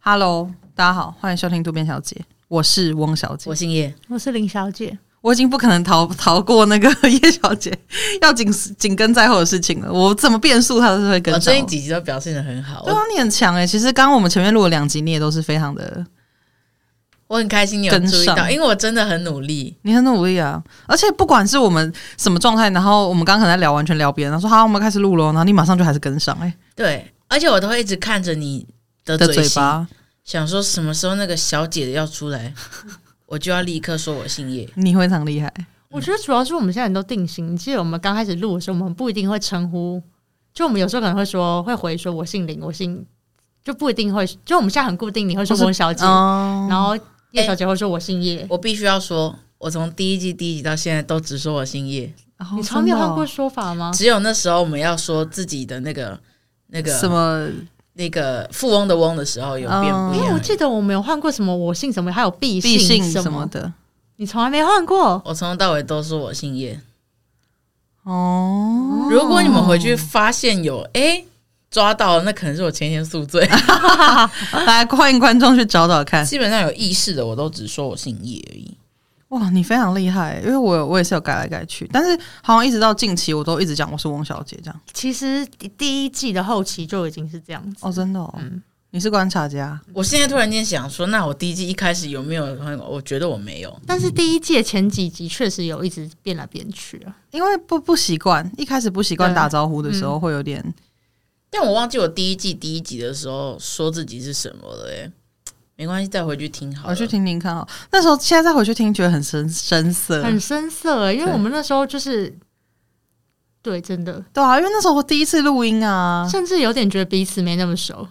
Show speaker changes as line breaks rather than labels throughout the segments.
Hello，大家好，欢迎收听渡边小姐，我是翁小姐
我。姓叶，
我是林小姐，
我已经不可能逃逃过那个 叶小姐要紧紧跟在后的事情了。我怎么变速，她都是会跟
我
上
最
我。
近几集都表现的很好，
对啊
我，
你很强哎、其实刚刚我们前面录了两集，你也都是非常的，
我很开心你有
跟
注意到，
上
因为我真的很努力。
你很努力啊。而且不管是我们什么状态，然后我们刚刚可能在聊，完全聊别人，然后说好，我们开始录喽，然后你马上就还是跟上哎、
对，而且我都会一直看着你的
的
嘴
嘴
型
巴，
想说什么时候那个小姐要出来， 我就要立刻说我姓叶。
你非常厉害。
我觉得主要是我们现在人都定型。你记得我们刚开始录的时候，我们不一定会称呼，就我们有时候可能会说会回说我姓林，我姓就不一定会，就我们现在很固定，你会说
或是
翁小姐，
哦，
然后叶小姐会说我姓叶。
我必须要说，我从第一季第一集到现在都只说我姓叶，
哦
你从没有换过
真
说法
啊
吗？
只有那时候我们要说自己的那个那
的
个
哦什么？哦
那个富翁的翁的时候有变不一
因为
样。
我记得我们有换过什么我姓什么，还有啊必
必姓
什
什么，的
你从来没换过。
我从头到尾都说我姓叶。
哦，
如果你们回去发现有诶抓到了，那可能是我前天宿醉。
来欢迎观众去找找看。
基本上有意识的，我都只说我姓叶而已。
哇，你非常厉害，因为我我也是有改来改去，但是好像一直到近期我都一直讲我是翁小姐这样。
其实第一季的后期就已经是这样子，
哦，真的哦，
嗯
你是观察家，
我现在突然间想说，那我第一季一开始有没有很？我觉得我没有。
但是第一季的前几集确实有一直变来变去啊。
因为不不习惯，一开始不习惯
对
打招呼的时候会有点，
但我忘记我第一季第一集的时候说自己是什么了、欸，没关系，再回去听
我
好了。
去听听看哦。那时候现在再回去听，觉得很生生涩，
很生涩、欸，因为
对
我们那时候就是，对，真的，
对啊，因为那时候我第一次录音啊，
甚至有点觉得彼此没那 么熟。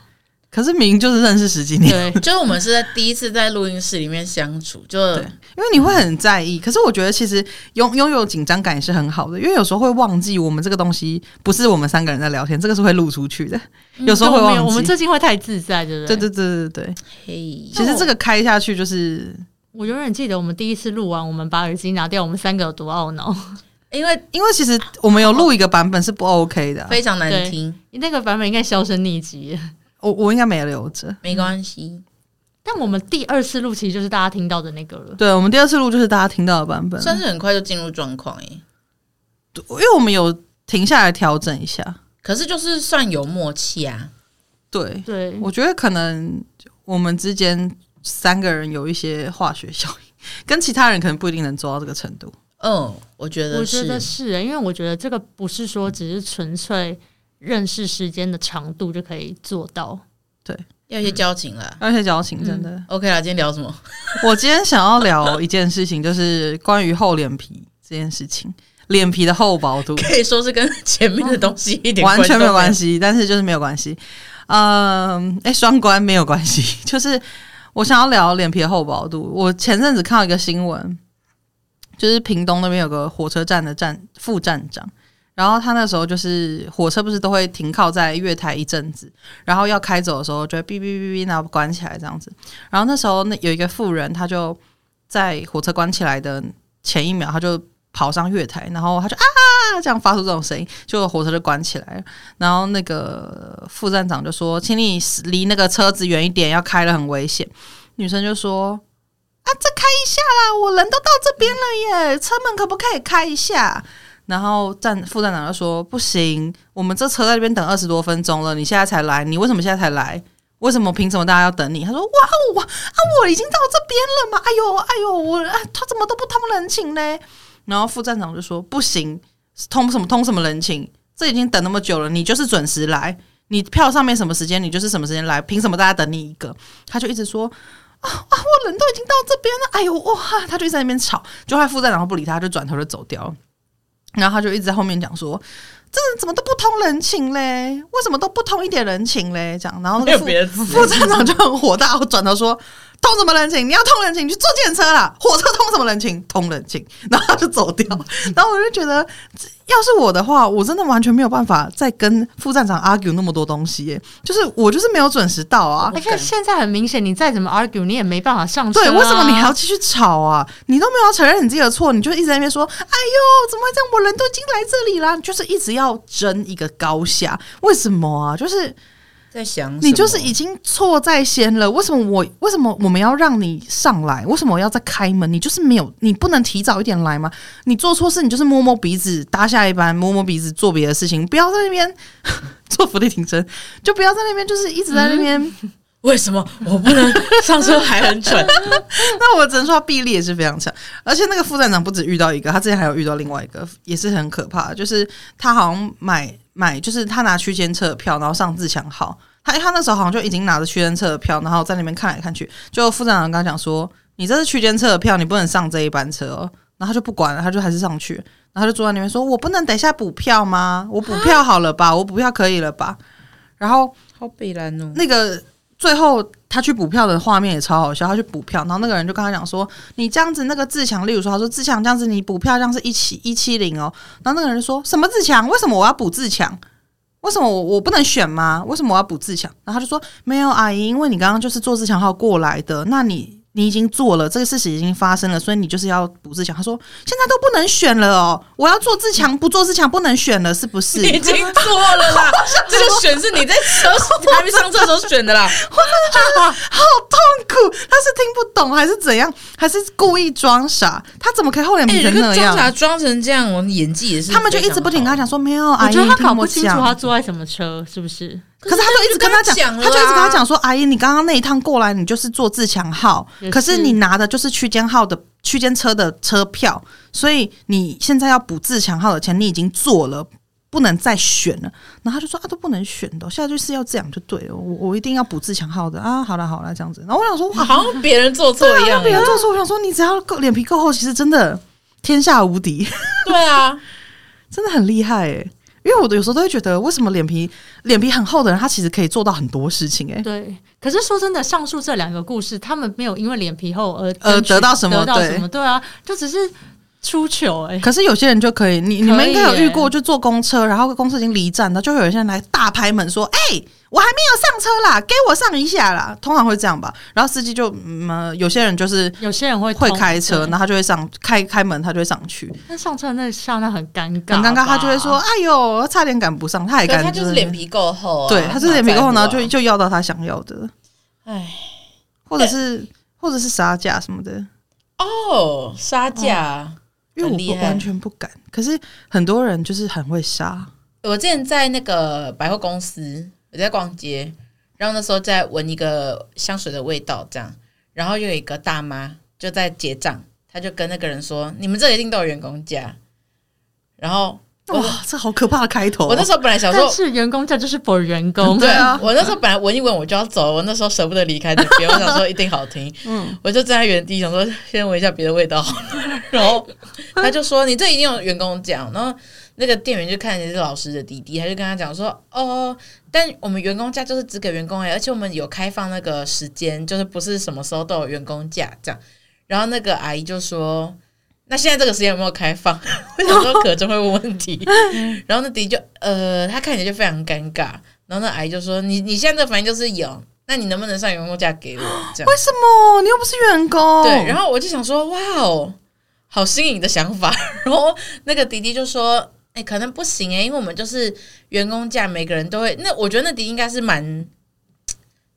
可是明明就是认识十几年，
对，
就是我们是在第一次在录音室里面相处，就
对因为你会很在意。可是我觉得其实拥拥有紧张感也是很好的，因为有时候会忘记我们这个东西不是我们三个人在聊天，这个是会录出去的，有时候
就
会
我
忘
们
记。
嗯有我们最近会太自在，对不
对对
对？
对对对，
嘿，
其实这个开下去就是，
我永远记得我们第一次录完，我们把耳机拿掉，我们三个有多懊恼。
因为
因为其实我们有录一个版本是不 OK 的啊、
非常难听，
那个版本应该销声匿迹。
我我应该没留着。
没关系。
但我们第二次录其实就是大家听到的那个了。
对我们第二次录就是大家听到的版本，
算是很快就进入状况哎，
因为我们有停下来调整一下。
可是就是算有默契啊。
对，
对，
嗯
我觉得可能我们之间三个人有一些化学效应，跟其他人可能不一定能做到这个程度。
嗯，我觉
我
得
觉
是，
得是、欸，因为我觉得这个不是说只是纯粹认识时间的长度就可以做到。
要一些交情啦。
而且矫情真的，
OK 啦，今天聊什么？
我今天想要聊一件事情，就是关于厚脸皮这件事情，脸皮的厚薄度。
可以说是跟前面的东西一点
哦完全没有关
系。
系，但是就是没有关系。嗯，哎、双关没有关系， 就是我想要聊脸皮的厚薄度。我前阵子看到一个新闻，就是屏东那边有个火车站的站副站长，然后他那时候就是火车不是都会停靠在月台一阵子，然后要开走的时候就会哔哔哔哔，然后关起来这样子。然后那时候那有一个富人，他就在火车关起来的前一秒，他就跑上月台，然后他就啊这样发出这种声音，就火车就关起来了。然后那个副站长就说：“请你离那个车子远一点，要开了很危险。”女生就说：“啊，再开一下啦，我人都到这边了耶，车门可不可以开一下？”然后站副站长就说：“不行，我们这车在那边等二十多分钟了，你现在才来，你为什么现在才来？”为什么？凭什么大家要等你？他说：“哇，我啊，我已经到这边了嘛！哎呦，哎呦，我啊，他怎么都不通人情呢？”然后副站长就说：“不行，通什么通什么人情？这已经等那么久了，你就是准时来，你票上面什么时间，你就是什么时间来，凭什么大家等你一个？”他就一直说。啊啊！我人都已经到这边了，哎呦哇！他就一直在那边吵，就他副站长不理他，就转头就走掉了。然后他就一直在后面讲说：“这人怎么都不通人情嘞？为什么都不通一点人情嘞？”这样，然后那
没
个
有
副
别的字，
副站长就很火大，我转头说：“通什么人情？你要通人情，你去坐电车啦！火车通什么人情？通人情。”然后他就走掉。然后我就觉得，这要是我的话，我真的完全没有办法再跟副站长 argue 那么多东西耶。就是我就是没有准时到啊。
而且现在很明显，你再怎么 argue，你也没办法上车、哎啊。
对，为什么你还要继续吵啊？你都没有要承认你自己的错，你就一直在那边说：“哎呦，怎么会这样？我人都已经来这里啦！”就是一直要争一个高下，为什么啊？就是
在想
你就是
什么
已经错在先了，为什么我为什么我们要让你上来？为什么我要再开门？你就是没有，你不能提早一点来吗？你做错事，你就是摸摸鼻子搭下一班，摸摸鼻子做别的事情，不要在那边 做伏地挺身，就不要在那边就是一直在那边。
为什么我不能上车还很蠢？
那我只能说他臂力也是非常强，而且那个副站长不止遇到一个，他之前还有遇到另外一个，也是很可怕的，就是他好像买买，就是他拿区间车的票，然后上自强号。他因为他那时候好像就已经拿着区间车的票，然后在那边看来看去，就副站长跟他讲说：“你这是区间车的票，你不能上这一班车哦。”然后他就不管了，他就还是上去，然后他就坐在那边说：“我不能等一下补票吗？我补票好了吧？我补票可以了吧？”然后
好北蓝哦，
那个最后他去补票的画面也超好笑，他去补票，然后那个人就跟他讲说：“你这样子，那个自强，例如说，他说自强这样子，你补票这样是一七一七零哦。”然后那个人说什么自强？为什么我要补自强？为什么我我不能选吗？为什么我要补自强？然后他就说：“没有，阿姨，因为你刚刚就是坐自强号过来的，那你。”你已经做了，这个事情已经发生了，所以你就是要补自强。他说现在都不能选了哦，我要做自强，不做自强不能选了，是不是？
你已经错了 啦！这个选是你在车还没上车的时候选 的啦。
好痛苦！他是听不懂还是怎样？还是故意装傻？他怎么可以厚脸
哎、
皮
欸，
成
你跟
那
装傻
样？
装成这样，我演技也是非常好。
他们就一直不停跟他讲说没有，
我
阿姨，
觉得他
你
搞
听
不
我
清楚他
讲。
坐在什么车，是不是？
可是他就一直跟他
就跟他讲
讲，
了啊
他就一直跟他讲说：“阿姨，你刚刚那一趟过来，你就是坐自强号
也，是
可是你拿的就是区间号的区间车的车票，所以你现在要补自强号的钱，你已经做了，不能再选了。”然后他就说：“啊，都不能选的，下就是要这样就对了，我我一定要补自强号的啊！好了好了，这样子。”然后我想说：“哇，
好像别人做错
对啊，
一样
那别人
欸。
做错，我想说你只要够脸皮够厚，其实真的天下无敌，
对啊，
真的很厉害哎、因为我有时候都会觉得，为什么脸皮脸皮很厚的人，他其实可以做到很多事情哎、
对，可是说真的，上述这两个故事，他们没有因为脸皮厚而
呃
争取
得到什么
得到
对
什么，对啊，就只是出糗哎、
可是有些人就可以，你你
可
们应
以
该有遇过，
耶
就坐公车，然后公车已经离站了，就会有一些人来大拍门说：“哎、我还没有上车啦，给我上一下啦。”通常会这样吧。然后司机就嗯、呃有些人就是
有些人会
会
通
开车，然
对
后他就会上开开门，他就会上去，
但上车那刹那很尴尬，哦
很尴尬，他就会说：“。哎呦，差点赶不上。”他也
对
赶，
他就是脸皮够厚啊。
对，他就是脸皮够厚，然
哪
后
在乎
就
啊
就要到他想要的，
哎
或者是或者是杀价什么的，
哦，杀价。
因为我
很厉
不
害
完全不敢。可是很多人就是很会杀，
我之前在那个百货公司，我在逛街，然后那时候在闻一个香水的味道，这样，然后又有一个大妈就在结账，她就跟那个人说：“你们这一定都有员工价。”然后我
哇，这好可怕的开头哦。
我那时候本来哎想
但
说，
是员工价就是 for 员工，
对啊
我那时候本来闻一闻我就要走，我那时候舍不得离开这边，我想说一定好听，嗯，我就站在原地想说先闻一下别的味道好了，然后他就说你这一定有员工奖，然后那个店员就看你是老师的弟弟，他就跟他讲说哦，但我们员工价就是只给员工哎、而且我们有开放那个时间，就是不是什么时候都有员工价这样，然后那个阿姨就说。那现在这个时间有没有开放？ 我想说可真会问问题。然后那弟弟就呃，他看起来就非常尴尬。然后那阿姨就说：“你你现在这反应就是有，那你能不能上员工价给我？”这样
为什么你又不是员工？
对。然后我就想说：“哇哦，好新颖的想法。” 然后那个弟弟就说：“哎、可能不行哎、因为我们就是员工价，每个人都会。那我觉得那弟弟应该是蛮。”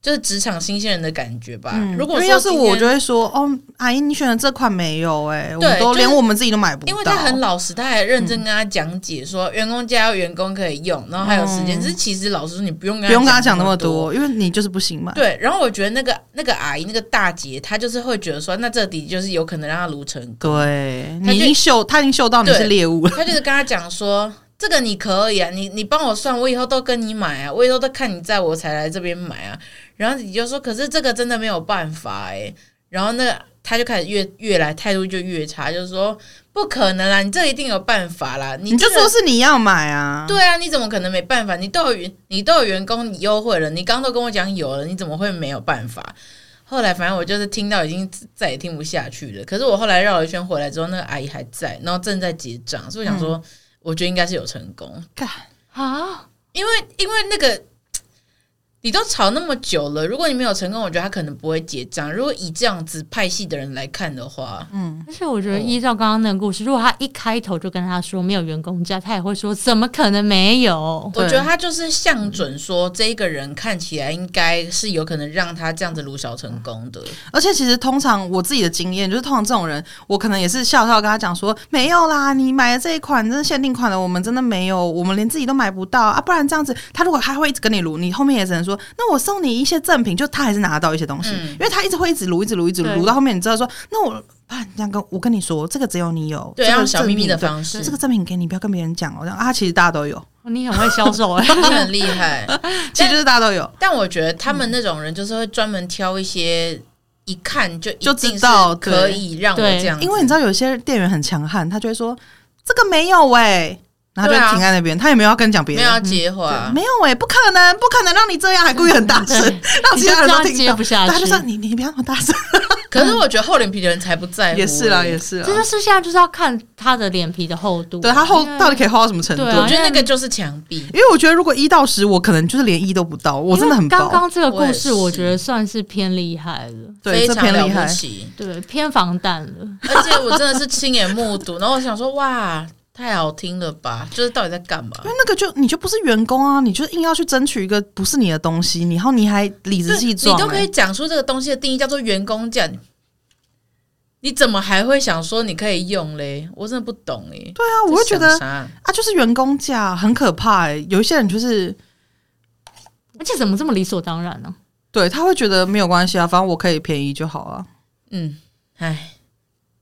就是职场新鲜人的感觉吧。
嗯
如果
因为
说
要是
今
我
天
就会说哦，阿姨，你选的这款没有哎、我
对
们都
就是
连我们自己都买不到，
因为他很老实，他还认真跟他讲解说，员工价要员工可以用，然后还有时间。
嗯
只是其实老实说，你不用跟
不用跟他
啊讲
讲那么
多。
多，因为你就是不行嘛。
对，然后我觉得那个那个阿姨那个大姐，她就是会觉得说，那这底就是有可能让她卢成功。
对，
他
你
就
已经嗅，他已经嗅到你是
对
猎物了。
她就是跟她讲说，这个你可以啊，你你帮我算，我以后都跟你买啊，我以后都看你在我才来这边买啊。然后你就说，可是这个真的没有办法哎、然后那个她就开始越越来态度就越差，就是说不可能啊啦，你这一定有办法啦，你
你就
真的
说是你要买啊，
对啊，你怎么可能没办法？你都有员，你都有员工优惠了，你刚都跟我讲有了，你怎么会没有办法？后来反正我就是听到已经再也听不下去了。可是我后来绕了一圈回来之后，那个阿姨还在，然后正在结账，所以我想
嗯
说，我觉得应该是有成功，
干，
啊，
因为因为那个你都吵那么久了，如果你没有成功，我觉得他可能不会结账。如果以这样子派系的人来看的话，
嗯，
而且我觉得，
哦
依照刚刚那个故事，如果他一开头就跟他说没有员工价，他也会说怎么可能没有？
我
对
觉得他就是向准说，这一个人看起来应该是有可能让他这样子鲁小成功的。
而且其实通常我自己的经验就是，通常这种人，我可能也是笑笑跟他讲说，没有啦，你买的这一款真的限定款的，我们真的没有，我们连自己都买不到啊，不然这样子，他如果还会一直跟你撸，你后面也只能说，那我送你一些赠品，就他还是拿得到一些东西，
嗯
因为他一直会一直撸，一直撸，一直
对
撸，到后面你知道说，那我啊，这样跟我跟你说，这个只有你有，
对，
这个
用小秘密的
赠品
方式
对这，个赠品给你，不要跟别人讲哦，这样啊，其实大家都有，
哦你很会销售 哎、
你很厉害。
其实就是大家都有，
但我觉得他们那种人就是会专门挑一些一看就一
就
定
知
是
道
可
对
以让我
对
这样子，
因为你知道有些店员很强悍，他就会说这个没有喂、然后就
对啊
停在那边，他也没有要跟你讲别
没
人
有。要接
对
话，
没有哎、不可能，不可能让你这样，还故意很大声，让其
你就
他
知
人
道
都
接
听
不
到。
下
他就说
去。
你你不要那么大声，
可是我觉得厚脸皮的人才不在乎。
也是啦，也
是。
是啦
这，就是现在就是要看他的脸皮的厚度，
对他厚
啊
因为
到底可以厚到什么程度？
对
我
啊
觉得那个就是墙壁，
因为我觉得如果一到十，我可能就是连一都不到，我真的很
因为刚
薄。
刚这个故事，
我也是
我觉得算是偏厉害了，
对，
非
这
常
偏
了
厉害
不。起。
对，偏防弹了。
而且我真的是亲眼目睹，然后我想说，哇，太好听了吧？就是到底在干嘛
因？为那个就你就不是员工啊，你就硬要去争取一个不是你的东西，然后你还理直
对
气
你
壮、
都可以
欸。
讲出这个东西的定义叫做员工价，你怎么还会想说你可以用嘞？我真的不懂哎、
对啊，我会觉得
在想啥
啊，就是员工价很可怕、欸。有一些人就是
而且怎么这么理所当然呢、
对他会觉得没有关系啊，反正我可以便宜就好啊。
嗯，唉，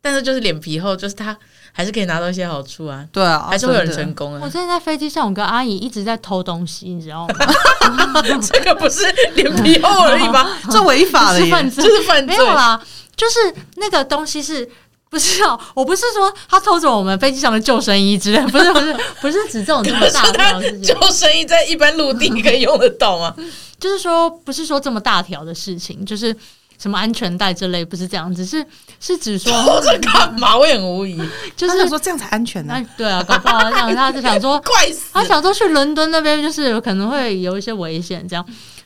但是就是脸皮厚，就是他还是可以拿到一些好处啊，
对啊，
还是会有人
真的
成功
我
啊。
最近在飞机上，我跟阿姨一直在偷东西，你知道吗？
这个不是脸皮厚而已 吧？
这违法了
是犯
耶。
罪
就，是犯
没
罪
有
啊
啦，就是那个东西是。不是啊，我不是说他偷走我们飞机上的救生衣之类，不是不是不是指这种这 么大
啊
条的事情，
救生衣在一般陆地可以用得到吗？
就是说不是说这么大条的事情，就是什么安全带之类，不是这样，只是是 指说
偷着干嘛？我也很无疑，
就
他
是
想说这样才安全呢、
那对啊，搞不好这样，他就 想说，
怪死
他想说去伦敦那边就是可能会有一些危险，这样。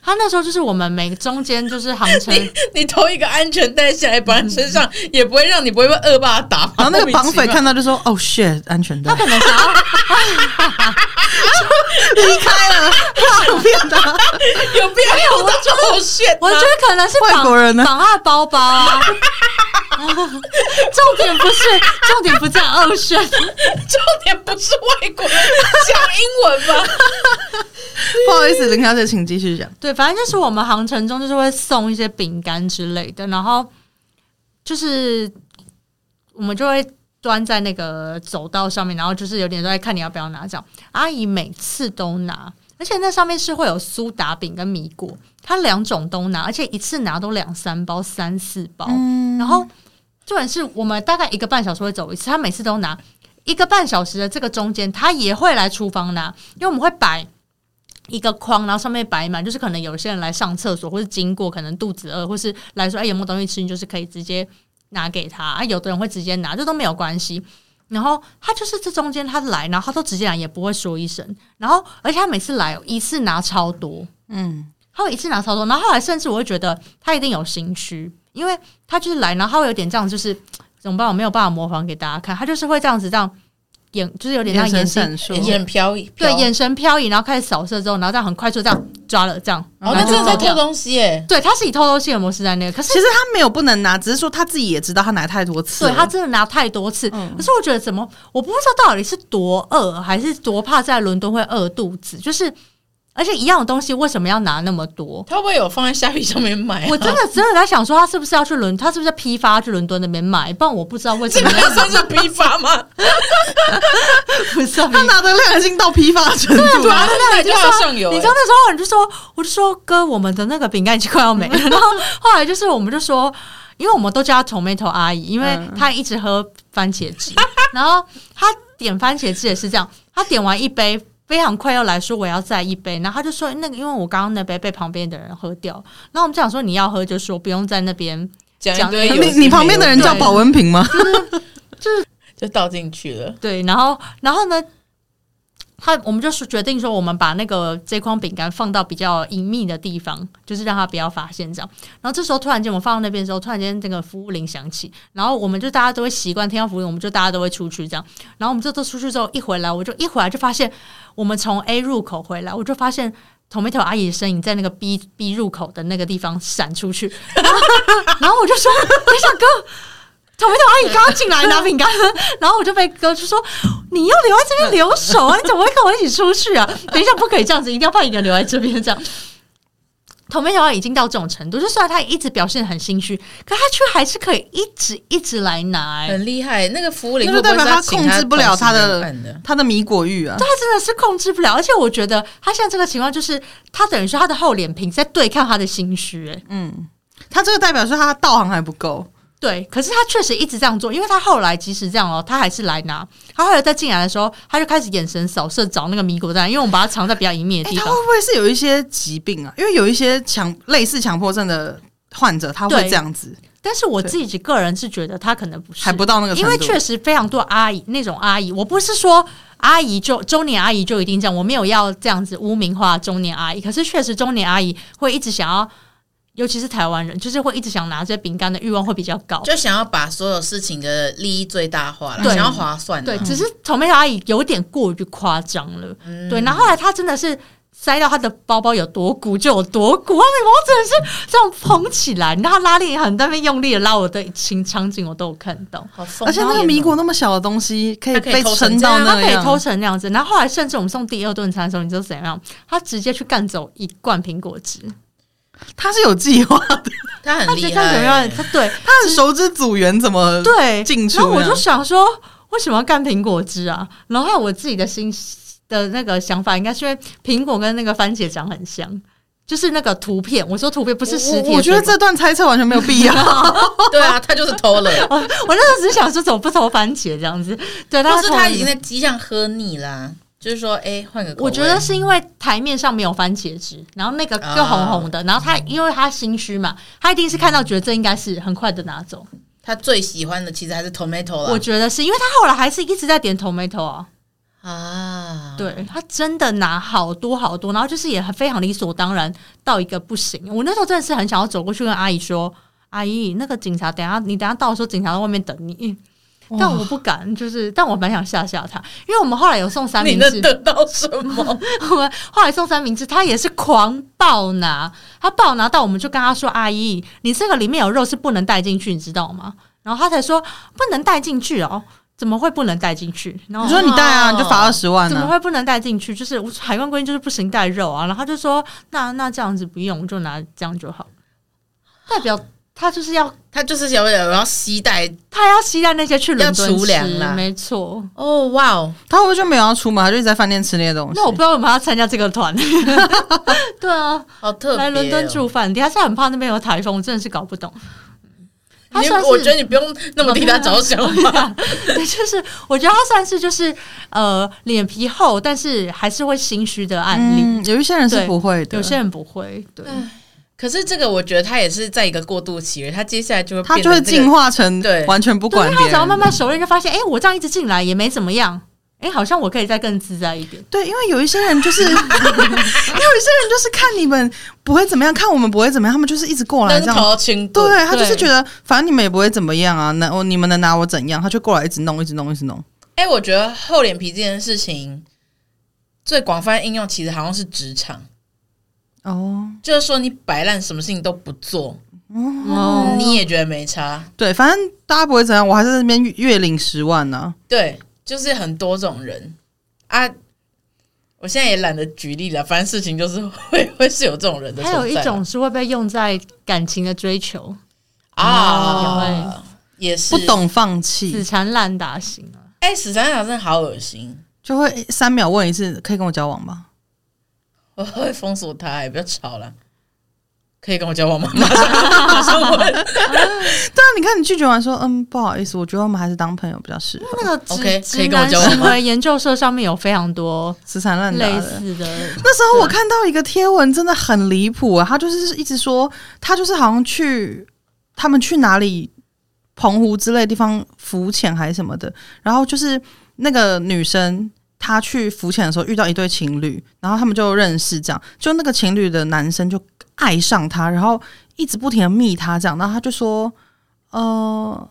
他那时候就是我们每个中间就是航 程，
你！你偷一个安全带下来绑在身上，也不会让你不会被恶霸打吧。
然后那个
莫名其
绑匪
妙
看到就说：“哦，shit，安全带
他可能想要
离开了，不骗他。
有必要用到 这种炫？
我觉得可能是绑
外国人呢
绑他的包包啊。 重点不是，重点不在二选，
重点不是外国人讲英文 吧？
不好意思，林小姐，请继续讲。哦
对，反正就是我们航程中就是会送一些饼干之类的，然后就是我们就会端在那个走道上面，然后就是有点都在看你要不要拿这样。阿姨每次都拿，而且那上面是会有苏打饼跟米果，她两种都拿，而且一次拿都两三包、三四包。
嗯
然后重点是我们大概一个半小时会走一次，他每次都拿一个半小时的这个中间，他也会来厨房拿，因为我们会摆。一个筐，然后上面摆满，就是可能有些人来上厕所，或是经过，可能肚子饿，或是来说，哎，有没有东西吃？你就是可以直接拿给他。啊，有的人会直接拿，这都没有关系。然后他就是这中间他来，然后他都直接来，也不会说一声。然后，而且他每次来哦一次拿超多，
嗯，
他会一次拿超多，然后后来甚至我会觉得他一定有心虚，因为他就是来，然后他会有点这样，就是怎么办？我没有办法模仿给大家看，他就是会这样子，这样眼就是有点这样眼睛
闪烁，
眼哎啊飘逸，
对眼神漂移，然后开始扫射之后，然后这样很快速这样抓了，这样
哦，
然
那
后
真
就
的在
走掉
偷东西欸耶！
对，他是以偷偷性的模式在那个，可是
其实他没有不能拿，只是说他自己也知道他拿太多次了。
对他真的拿太多次，
嗯
可是我觉得怎么，我不知道到底是多饿，还是多怕在伦敦会饿肚子，就是而且一样的东西为什么要拿那么多？
他会不会有放在虾皮上面买啊？
我真的只有在想说，他是不是要去伦，他是不是在批发去伦敦那边买？不然我不知道为什
这
么
个要算是批发吗？
不是
他拿的量已经到批发程度
对
了。
啊，那就要上游
你
耶
知道。那时候你就说，我就说哥，我们的那个饼干已经快要没了。然后后来就是我们就说，因为我们都叫她 tomato 阿姨，因为
嗯
她一直喝番茄汁，然后她点番茄汁也是这样，她点完一杯。非常快要来说我要再一杯，然后她就说那个因为我刚刚那杯被旁边的人喝掉，然后我们就想说你要喝就说不用在那边，
讲一堆有的
对
没有，
你你旁边的人叫保温瓶吗？
就倒进去了。
对，然后然后呢，他我们就是决定说，我们把那个这筐饼干放到比较隐秘的地方，就是让他不要发现这样。然后这时候突然间我们放到那边的时候，突然间这个服务铃响起，然后我们就大家都会习惯听到服务铃，我们就大家都会出去这样。然后我们这都出去之后，一回来我就一回来就发现，我们从 A 入口回来，我就发现 Tomato 阿姨的身影在那个 B B 入口的那个地方闪出去， 然后我就说：“等一下哥。”头没头阿姨刚刚进来拿饼干，然后我就被哥就说：“你要留在这边留守啊，你怎么会跟我一起出去啊？ 等一下不可以这样子，一定要把你个人留在这边这样。”头没头阿姨已经到这种程度，就虽然她一直表现得很心虚，可她却还是可以一直一直来拿、欸。
很厉害。那个服务铃
那
会
就
不会
代
是
表
他
他
请
控制不了
他
他
同事
的
们办的？
他的米果玉啊
他。真的是控制不了，而且我觉得他现在这个情况就是，他等于说他的厚脸皮在对抗他的心虚、欸，
嗯，他这个代表说他道行还不够。
对，可是他确实一直这样做，因为他后来即使这样哦，他还是来拿。他后来在进来的时候，他就开始眼神扫射找那个米果蛋，因为我们把它藏在比较隐秘的
哎、
地
他
方。
会不会是有一些疾病啊？因为有一些强类似强迫症的患者，他会
对
这样子，
但是我自己个人是觉得他可能不是，
还不到那个程
因
度。
为确实非常多阿姨那种阿姨，我不是说阿姨就中年阿姨就一定这样，我没有要这样子污名化中年阿姨，可是确实中年阿姨会一直想要，尤其是台湾人，就是会一直想拿这些饼干的欲望会比较高。
就想要把所有事情的利益最大化了，
对
想要划算啊啦。
对，只是草莓小阿姨有点过于夸张了。
嗯
对，然后后来她真的是塞到她的包包有多鼓就有多鼓，她的包真的是这样捧起来，然后她拉链也很在那边用力的拉我的情场景，我都有看到。
好疯
而且那
狂
个
哦
米果那么小的东西，可以
它可以
被
偷成
撑
这
到
样
那
她可以
样，
偷成那样子，然后后来甚至我们送第二顿餐的时候，你知道怎样？她直接去干走一罐苹果汁，
他是有计 划的，
他
她
很
直接
厉
干走一
害
罐，，她对
他很熟知组员怎么
对
进出
然后我
这
就
样
想说，为什么要干苹果汁啊？然后我自己的心的那个想法，应该是因为苹果跟那个番茄长很像，就是那个图片。我说图片不是实体
我我觉得这段猜测完全没有 必要。
对 啊，他就是偷了，
我我那时候只是想说，怎么不投番茄这样子？对，
或
但
是他已经在机上喝腻啦。就是说，哎，换个口味。
我觉得是因为台面上没有番茄汁，然后那个
啊
又红红的，然后他因为他心虚嘛，他一定是看到觉得这应该是很快的拿走。
他最喜欢的其实还是 tomato 啦。
我觉得是因为他后来还是一直在点 tomato 啊，
啊，，
对他真的拿好多好多，然后就是也很非常理所当然到一个不行。我那时候真的是很想要走过去跟阿姨说：“阿姨，那个警察等一下你等一下到的时候，警察在外面等你。”但我不敢，就是但我蛮想吓吓他，因为我们后来有送三
你
明
能
治，
得到什么？
我们后来送三明治，他也是狂暴拿，他暴拿到我们就跟他说：“阿姨，你这个里面有肉是不能带进去，你知道吗？”然后他才说：“不能带进去哦，怎么会不能带进去？”然后
你说你带啊，你就罚
哦
二十万
怎么
呢、
会不能带进去？就是我哎海关规定就是不行带肉啊。然后他就说，那那这样子不用，我就拿这样就好。代表他就是要
他就是想要要吸带
他要期待那些去伦
要
敦吃，
储粮啦
没错。
哦，哇哦，
他会不会就没有要出门，他就一直在饭店吃那些东西？
那我不知道为什么他要参加这个 团。对啊，
好特别、哦！
来伦敦住饭店，他是很怕那边有台风，我真的是搞不懂。他
你
算是
我觉得你不用那么替他着想吧。
对， 就是我觉得他算是就是呃脸皮厚，但是还是会心虚的案例。
嗯，有一些人是不会的，
嗯有些人不会，对，
可是这个，我觉得他也是在一个过渡期，他接下来就会
他
变
就
成
会
这个
进化成
对
完全不
对，
管
因
别
为他只要
人。
慢慢熟练，就发现，哎、我这样一直进来也没怎么样，哎、好像我可以再更自在一点。
对，因为有一些人就是，因为 有一些人就是看你们不会怎么样，看我们不会怎么样，他们就是一直过来这
灯
样。
头群
对
棍，
他就是觉得，反正你们也不会怎么样啊，那我你们能拿我怎样？他就过来一直弄，一直弄，一直弄。
哎、我觉得厚脸皮这件事情最广泛应用，其实好像是职场，
哦，
就是说你摆烂，什么事情都不做，嗯
哦
你也觉得没差。
对，反正大家不会怎样，我还在那边月月领十万呢、
对，就是很多种人啊。我现在也懒得举例了，反正事情就是会 会是有这种人的
还
存在
有一种是会被用在感情的追求，
啊，也是
不懂放
死
弃，
缠烂打型啊。
哎，十三秒真的好恶心，
就会三秒问一次，可以跟我交往吗？
我会封锁他、哎不要吵了。可以跟我交 往吗？马上马上问。
对啊，你看你拒绝完说，嗯，不好意思，我觉得我们还是当朋友比较适合，
那个直
哦 OK，可
直
以跟我
男
交往吗
行为研究社上面有非常多
死缠烂打
类
的。
似的，
那时候我看到一个贴文，真的很离谱啊！他就是一直说，他就是好像去他们去哪里澎湖之类地方浮潜还是什么的，然后就是那个女生他去浮潜的时候遇到一对情侣，然后他们就认识，这样就那个情侣的男生就爱上他，然后一直不停的密他，这样，然后他就说，呃。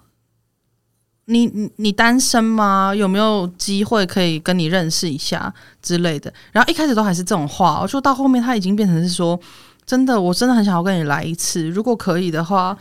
你你你单身吗？有没有机会可以跟你认识一下之类的？然后一开始都还是这种话，我就到后面他已经变成是说，真的，我真的很想要跟你来一次，如果可以的话，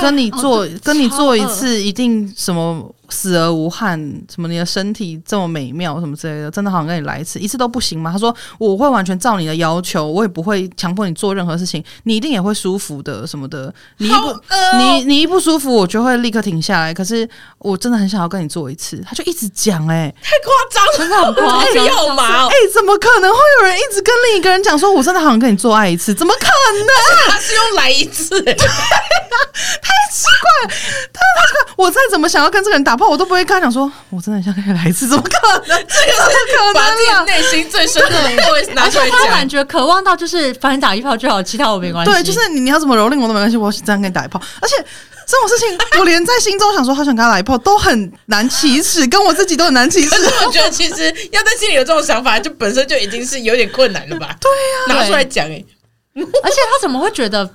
跟你做、
哦这
跟你
超
做一
恶
次，一定什么死而无憾，什么你的身体这么美妙，什么之类的，真的好想跟你来一次，一次都不行吗？他说我会完全照你的要求，我也不会强迫你做任何事情，你一定也会舒服的什么的，你一
好
不
饿哦
你你一不舒服，我就会立刻停下来。可是我真的很想要跟你做一次，他就一直讲、欸，哎、
太夸张了，
真的很夸张，
要嘛哦
哎、怎么可能会有人一直跟另一个人讲说，我真的好想跟你做爱一次？怎么可能？
他是用来一 次、欸，
我再怎么想要跟这个人打炮，我都不会跟他讲说，我真的很想跟你来一次，怎么可能？
这个是
可能
把
啊
自己内心最深的 OS 拿
而
出
且
来
他
讲。
感觉渴望到就是反正打一炮就好，其他我没关系。
对，就是你你要怎么蹂躏我都没关系，我这样跟你打一炮。而且啊这种事情，我连在心中想说好想跟他来一炮都很难启齿，跟我自己都很难 启齿啊
可。是我觉得，其实要在心里有这种想法，就本身就已经是有点困难了吧？对呀、拿出来讲、欸，
而且他怎么会觉得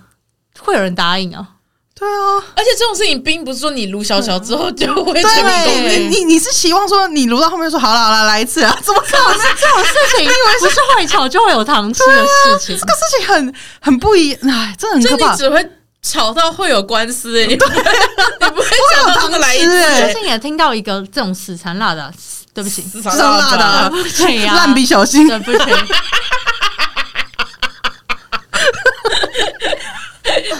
会有人答应啊？
对啊，
而且这种事情并不是说你卢小小之后就会成功的、
对，啊你你是希望说你撸到后面说好了好了来一次啊？怎么可能？
这种事情不是会吵就会有糖吃的事情
这。个事情很很不一，哎，真的很
就
可怕
你。只会吵到会有官司、欸，你 不会你不会想到这个来一
不会
次、
有糖吃欸
最近也听到一个这种死缠烂打，对不起，
至
这种辣的啊
对不起啊，
烂笔小心，
对不起，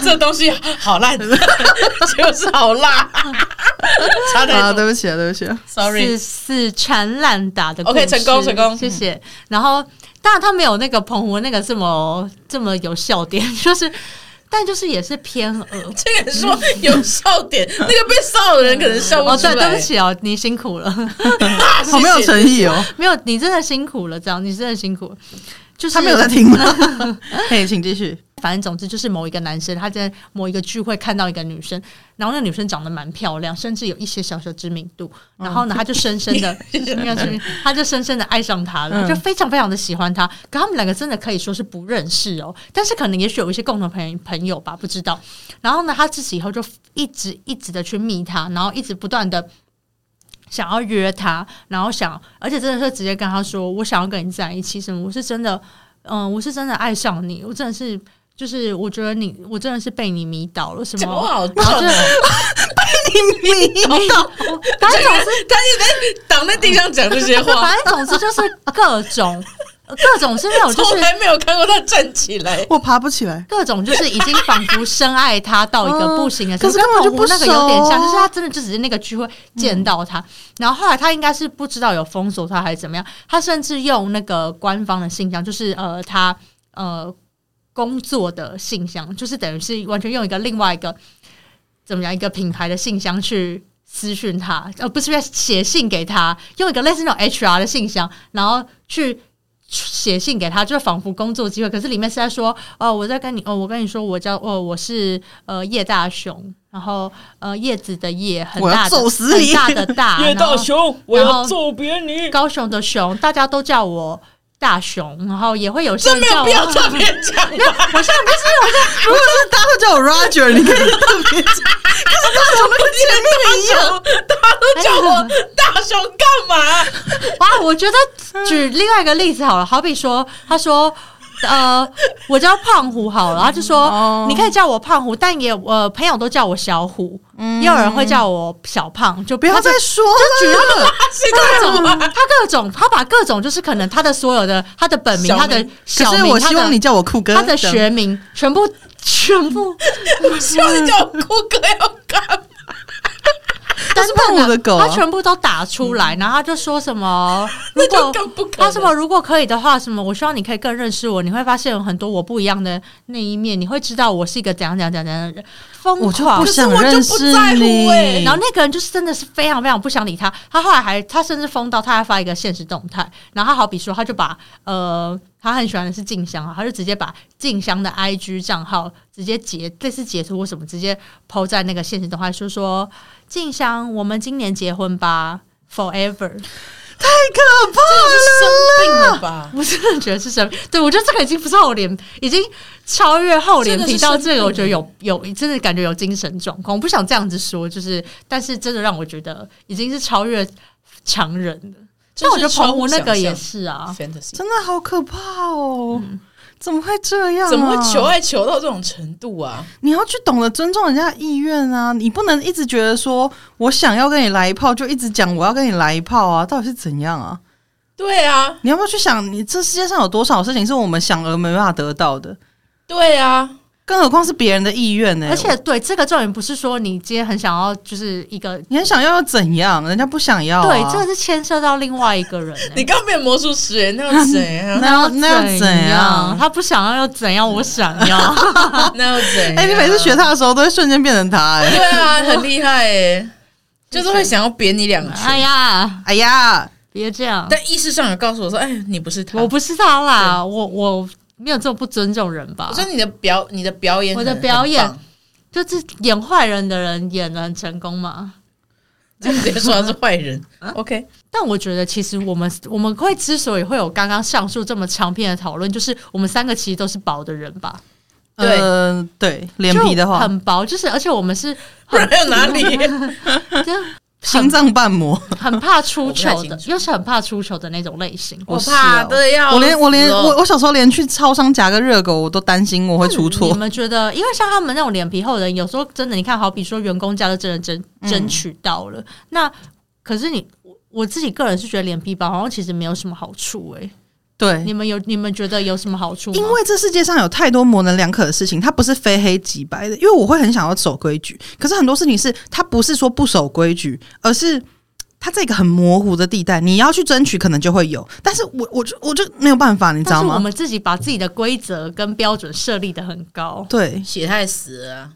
这东西好烂，就是好辣，差
啊，
点
对不起啊，对不起啊，
，sorry，
是死缠烂打的故事。
OK，成功成功
谢谢。然后，当然他没有那个澎湖那个这么这么有笑点，就是，但就是也是偏恶。
这个说有笑点，那个被笑的人可能笑不
哦，
出来。
对，对不，起哦，你辛苦了，
好没有诚意哦。
没有，你真的辛苦了，这样你真的辛苦了。就是
他没有在听吗？ 嘿，请继续。
反正总之就是某一个男生，他在某一个聚会看到一个女生，然后那个女生长得蛮漂亮，甚至有一些小小知名度。
嗯
然后呢，他就深深 的，没有知名，他就深深的爱上她了，
嗯
就非常非常的喜欢她。可他们两个真的可以说是不认识哦，但是可能也许有一些共同朋朋友吧，不知道。然后呢，他自己以后就一直一直的去密她，然后一直不断的。想要约她，然后想，而且真的是直接跟她说，我想要跟你在一起，什么？我是真的，嗯，我是真的爱上你，我真的是，就是我觉得你，我真的是被你迷倒了，什
讲话
么？
好
然后
重
就
哦。
你
迷倒，反
这
正
个
总
人他一直在挡在地上 讲这些 话，
反正总之就是各种呃各种是那种就
从
是
来没有看过他站起来。
我爬不起 来，
各种就是已经仿佛深爱他到一个不行的程 度，
嗯可是根本就
跟澎湖那个有
不
点
熟啊
像，就是他真的就只是那个聚会见到他，然后后来他应该是不知道有封锁他还是怎么样，他甚至用那个官方的信箱，就是呃他呃工作的信箱，就是等于是完全用一个另外一个怎么样一个品牌的信箱去。私讯他，呃，不是写信给他，用一个类似那种 HR 的信箱，然后去写信给他，就是仿佛工作机会，可是里面是在说，哦，我在跟你，哦，我跟你说，我叫，哦，我是呃叶大雄，然后呃叶子的叶，很
我要
大的
揍死你
很大 的大，
岳
然后
雄，
我要
揍扁你！
高雄的雄，大家都叫我大雄，然后也会有些
这
人
没
叫
有
我，
必要特别讲吧？
好像不是
如果是大家都叫我 Roger，你可能特别讲，可是大雄那个前面一
大
样，
雄，大家都叫我大雄干嘛？
哇，啊我觉得举另外一个例子好了，好比说，他说。呃，我叫胖虎好了，他就说、
哦
你可以叫我胖虎，但也呃朋友都叫我小虎，也有人会叫我小胖，就
嗯不要
他就
再说了。
是
各
干
种
嘛？
他各种他把各种就是可能他的所有的他的本名
小名
他的
可
小
是
名
我
他
希望你
的
叫我酷哥。
他的学名全部全部
我希望你叫我酷哥要干嘛？
他
但
是胖虎的狗啊嗯
他全部都打出来，然后他就说 什么如
那就
果
更不可
他什么
能。
如果可以的话，什么我希望你可以更认识我，你会发现有很多我不一样的那一面，你会知道我是一个怎样怎样怎样怎样的人，疯
我就
狂
不。想认识你。
是
欸然后那个人就是真的是非常非常不想理他，他后来还他甚至疯到他还发一个现实动态，然后他好比说他就把呃他很喜欢的是静香啊，他就直接把静香的 IG 账号直接截类似截图或什么直接抛在那个现实动态，就说静香我们今年结婚吧，forever。
可怕
这个是生病了吧？
我真的觉得是生病，对我觉得这个已经不是厚脸，已经超越厚脸皮到这个，我觉得有有真的感觉有精神状况。我不想这样子说，就是但是真的让我觉得已经是超越常人了。但我觉得澎湖那个也是啊，
fantasy，
真的好可怕哦！
嗯
怎么会这样、啊？
怎么会求爱求到这种程度啊？
你要去懂得尊重人家的意愿啊！你不能一直觉得说我想要跟你来一炮，就一直讲我要跟你来一炮啊！到底是怎样啊？
对啊，
你要不要去想，你这世界上有多少事情是我们想而没办法得到的？
对啊，
更何况是别人的意愿呢、欸
而且对这个重点不是说你今天很想要就是一个，
你很想要又怎样？人家不想要、啊。
对，这个是牵涉到另外一个人、欸。
你刚变魔术师耶，那又怎样？
那要
那
那要
要
怎样？
他不想要又怎样？我想要，
那又怎样？
哎、你每次学他的时候，都会瞬间变成他、哎，
对啊，很厉害哎，就是会想要扁你两拳。
哎呀，
哎呀，
别这样，
但意识上有告诉我说：“哎，你不是他。”
我不是他啦，我我没有这么不尊重人吧
我？说你的表，你的表演很，
我的表演
很棒
就是演坏人的人演的很成功嘛。
就直接说他是坏 人。OK，
啊
但我觉得，其实我们我们会之所以会有刚刚上述这么长篇的讨论，就是我们三个其实都是薄的人吧？
对
呃，对，脸皮的
就
话，
很薄，就是而且我们是
不 然还有哪里？
真的
心脏瓣膜，
很怕出
我
糗
不太
的
清，楚
又是很怕出糗的那种类型。
我是哦
怕的要死哦，
我连我连我我小时候连去超商夹个热狗，我都担心我会出错
你。们觉得，因为像他们那种脸皮厚的人，有时候真的，你看，好比说员工假都真的争
嗯
争取到了，那可是你我我自己个人是觉得脸皮薄好像其实没有什么好处诶、
对，
你们有你们觉得有什么好处吗？
因为这世界上有太多模棱两可的事情，它不是非黑即白的。因为我会很想要守规矩，可是很多事情是它不是说不守规矩，而是它在一个很模糊的地带，你要去争取可能就会有，但是我我就我就没有办法，你知
但
道
是我
吗？
们自己把自己的规则跟标准设立的很高，
对，
血太死了啊，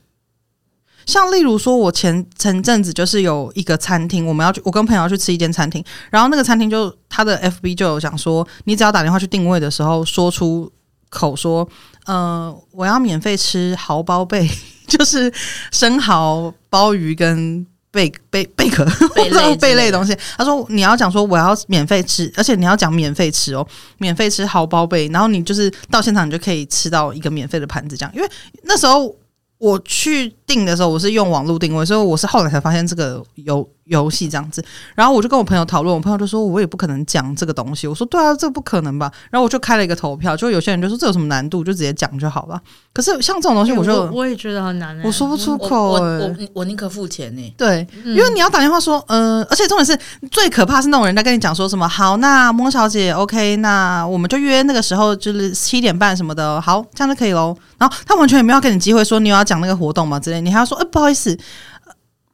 像例如说，我前前阵子就是有一个餐厅，我们要去，我跟朋友要去吃一间餐厅，然后那个餐厅就他的 FB 就有讲说，你只要打电话去定位的时候，说出口说，呃，我要免费吃蚝包贝， 就是生蚝、鲍鱼跟贝贝贝壳，
贝
不知道
类
贝类的东
西。
西。他说你要讲说我要免费吃，而且你要讲免费吃哦，免费吃好包贝，然后你就是到现场你就可以吃到一个免费的盘子这样。因为那时候我去订的时候，我是用网络定位，所以我是后来才发现这个游游戏这样子。然后我就跟我朋友讨论，我朋友就说我也不可能讲这个东西。我说对啊，这不可能吧。然后我就开了一个投票，就有些人就说这有什么难度，就直接讲就好了。可是像这种东西，我就、
哎我我也觉得很难、欸。
我说不出
我
口、
我
欸
我我宁可付钱呢。
对，
嗯
因为你要打电话说，呃，而且重点是最可怕是那种人在跟你讲说什么，好，那翁小姐，OK，那我们就约那个时候就是七点半什么的，哦好，这样就可以喽。然后他完全也没有给你机会说你有要讲那个活动嘛之类，你还要说，呃，不好意思，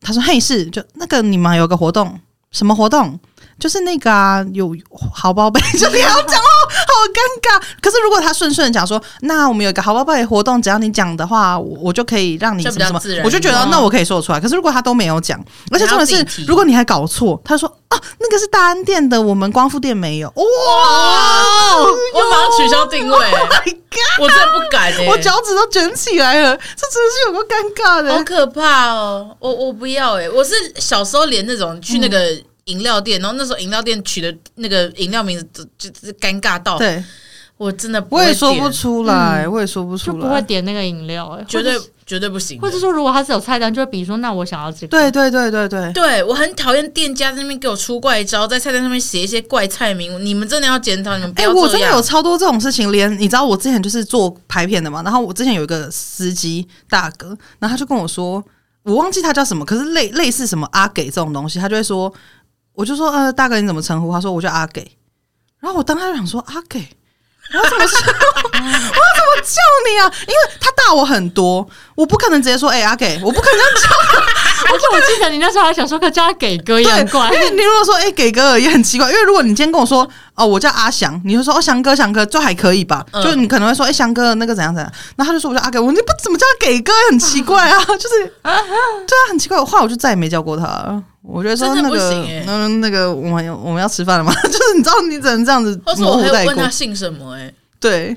他说嘿是，就那个你们有个活动，什么活动？就是那个啊，有好宝贝， 就你要讲哦，好尴尬。可是如果他顺顺地讲说，那我们有一个好宝贝活动，只要你讲的话，我我就可以让你
这
什
比
么
较
什么
自，然哦
我就觉
一
得
点
那我可以说得出来。可是如果他都没有讲，而且重点
还要
是
自己，提
如果你还搞错，他说啊，那个是大安店的，我们光复店没有。哇、
我马上取消 定位，
my god！
我真的不敢哎，
我脚趾都卷起来了，这真的是有个尴尬的。
好可怕哦！我我不要哎、我是小时候连那种去那个
嗯
饮料店，然后那时候饮料店取的那个饮料名字就就就是尴尬到，
对，
我真的不
我
会
也说
点
不，出来，我也说不出
就不会
来。
点那个饮料、欸，
绝对
或者是
绝对不行的。
或者说如果他是有菜单，就会比如说那我想要这个，
对对对对对，
对我很讨厌店家在那边给我出怪招，在菜单上面写一些怪菜名，你们真的要检讨，你们不
哎、
要
我
这
真的
样。
有超多这种事情，连你知道我之前就是做拍片的嘛，然后我之前有一个司机大哥，然后他就跟我说，我忘记他叫什么，可是类类似什么阿给这种东西，他就会说，我就说呃大哥你怎么称呼？他说我叫阿给，然后我当时就想说阿给。我要怎么说？ 我要怎么叫你啊？因为他大我很多，我不可能直接说“哎、阿给”，我不可能这样叫
而且我记得你那时候还想说，可叫他给哥也
对，
很 怪。
因为你如果说哎、给哥也很奇怪，因为如果你今天跟我说哦我叫阿翔，你就说哦翔哥翔哥就还可以吧，
嗯
就你可能会说哎、翔哥那个怎样怎样，然后他就说我叫阿给，我你不怎么叫他给哥也很奇怪啊， 就是对啊很奇怪，后来我就再也没叫过他了。我觉得说
真的
那
不
个
行欸
嗯那个我们有我们要吃饭了吗？ 就是你知道你只能这样子
或是
模
我
糊
还
带
有问
过
他，姓什么、 欸？
对，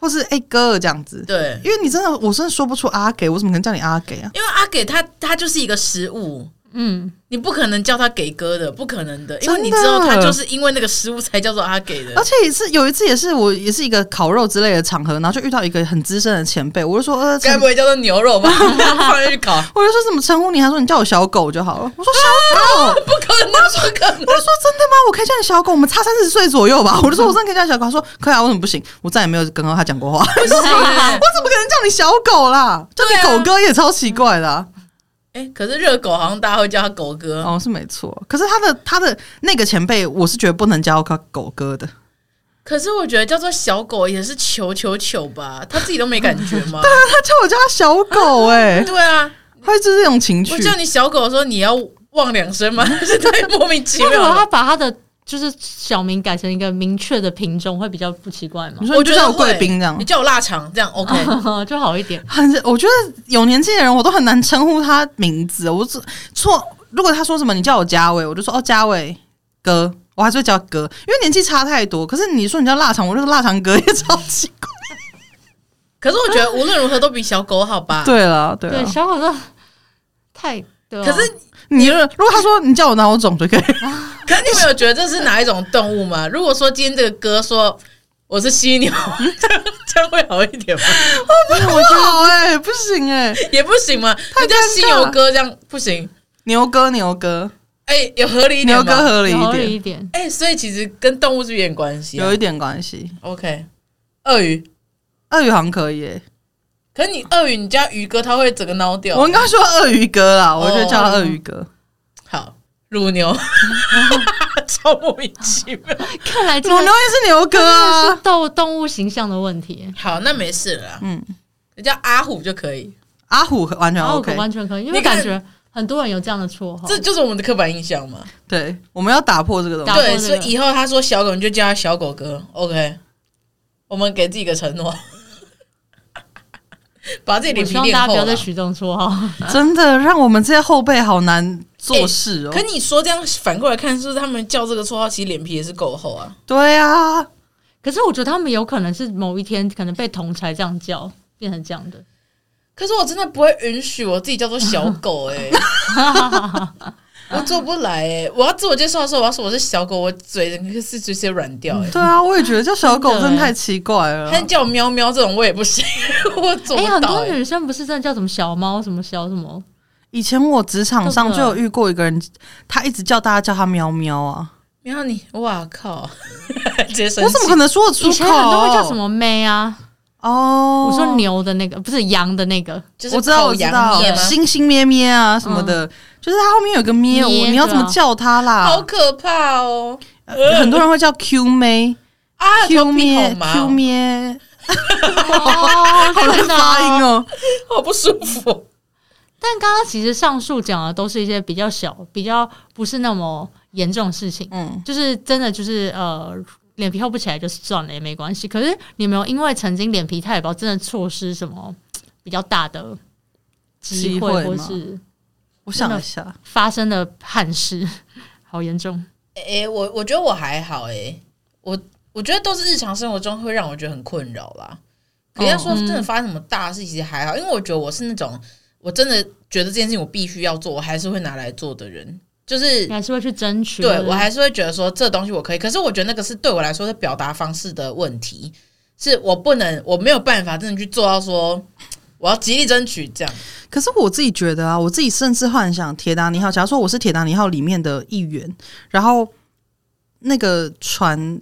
或是哎、哥这样子
哎，，对，
因为你真的我真的说不出阿给，我怎么可能叫你阿给啊？
因为阿给他他就是一个食物，
嗯，
你不可能叫他给哥的，不可能的，因为
真的
你知道他就是因为那个失误才叫做他给的
而。且也是有一次，也是我也是一个烤肉之类的场合，然后就遇到一个很资深的前辈，我就说呃，
该
陈
不会叫做牛肉吧？放进去烤，
我就说怎么称呼你？他说你叫我小狗就好了。 我说小狗，
不可能，不可能
我。就说真的吗？我可以叫你小狗，我们差三十岁 左右吧。我就说我真的可以叫你小狗，他说可以啊，为什么不行？我再也没有跟过他讲过话，我
不行欸
怎么可能叫你小狗 啦？叫
对啊
你狗哥也超奇怪的啊、
哎、可是热狗好像大家会叫他狗哥，
哦，是没错。可是他的他的那个前辈，我是觉得不能叫他狗哥的。
可是我觉得叫做小狗也是求求求吧，他自己都没感觉 吗？
他叫我叫他小狗、 哎，
对啊，
他就是这种情绪
我。叫你小狗的时候你要汪两声 吗？是太莫名其
那如
妙
果他
了。
把他的就是小名改成一个明确的品种，会比较不奇怪吗
你？说
我
你
觉
就
得
叫我
会
贵宾这样
你，叫我腊肠这样 OK？
就好一点。
很我觉得有年纪的人我都很难称呼他名字，我只错。如果他说什么你叫我嘉伟，我就说哦嘉伟哥，我还是会叫哥，因为年纪差太多。可是你说你叫腊肠，我这个腊肠哥也超奇怪。
可是我觉得无论如何都比小狗好吧。
对了对啊
对，
了，
小狗的太对啊
可是，
你如果他说你叫我脑肿就可以，
可是你们有觉得这是哪一种动物吗？如果说今天这个哥说我是犀 牛，这样会好一点吗？
不好哎、不行哎、
也不行吗？你叫犀牛哥这样不行？
牛哥牛哥
哎、有合理一点
牛哥
吗？
合理一
有理
点，
一点，
哎、所以其实跟动物是有点关系、啊。
有一点关系。
OK，鳄鱼。
鳄鱼好像可以、欸，
可是你鳄鱼，你叫鱼哥，他会整个挠掉。
我应该说鳄鱼哥啦，我就叫他鳄鱼哥。
好，乳牛， 超莫名其妙。
看来这
乳牛也
个
是牛哥
这个
啊
是，动动物形象的问题。
好，那没事了啦。
嗯，
你叫阿虎就可以，
阿虎完全
然后
OK，
我哦完全可以，因
你
为
看
感觉很多人有这样的绰号。
这就是我们的刻板印象嘛。
对，我们要打破这个东
打
西。
破这
对，
个
所以以后他说小狗，你就叫他小狗哥。OK，我们给自己一个承诺， 把自己
我
脸皮
希望
练
大家
厚
不要
啦
再。取这种绰号。
真的让我们这些后辈好难做事
哎
哦。
可你说这样反过来看，是不是他们叫这个绰号，其实脸皮也是够厚啊？
对啊，
可是我觉得他们有可能是某一天可能被同才这样叫，变成这样的。
可是我真的不会允许我自己叫做小狗哎、我做不来哎、我要自我介绍的时候，我要说我是小狗，我嘴整个是直接软掉哎、
对啊，我也觉得叫小狗
真的
真的
欸
太奇怪了。
他叫我喵喵这种我也不行，我做
哎、
不
很
到
多
哎、
女生不是真的叫什么小猫、什么小什么？
以前我职场上就有遇过一个人，他一直叫大家叫他喵喵啊，
喵你，哇靠！ 直接生
我
气
怎么可能说得
以
出
前
口？
很多会叫什？么妹啊？
哦，
我说牛的那个，不是羊的那个。
就是
我知道，
烤
我知
羊
道
面，吗
星星咩咩啊什么的，就是它后面有个咩，我
嗯咩
你要怎么
对啊
叫它
好
啦？
可怕哦！
呃很多人会叫 Q 妹、
啊，
Q
头皮好
咩、
麻
Q
哦，
咩，
哦，
好难
真的
发音哦。
好不舒服。
但刚刚其实上述讲的都是一些比较小、比较不是那么严重的事情，
嗯，
就是真的就是呃脸皮厚不起来就算了也没关系。可是你有没有因为曾经脸皮太薄，真的错失什么比较大的机
机会
会，或
吗
是
我想一下，
发生的憾事？ 好严重，
诶、我我觉得我还好诶、我我觉得都是日常生活中会让我觉得很困扰啦。可要说真的发生什么大事，其实还好，因为我觉得我是那种我真的觉得这件事情我必须要做，我还是会拿来做的人。就是
你还嗯是会去争取。
对我还是会觉得说这东西我可以，可是我觉得那个是对我来说是表达方式的问题，是我不能，我没有办法真的去做到说我要极力争取这样。
可是我自己觉得啊，我自己甚至幻想《铁达尼号》，假如说我是《铁达尼号》里面的一员，然后那个船。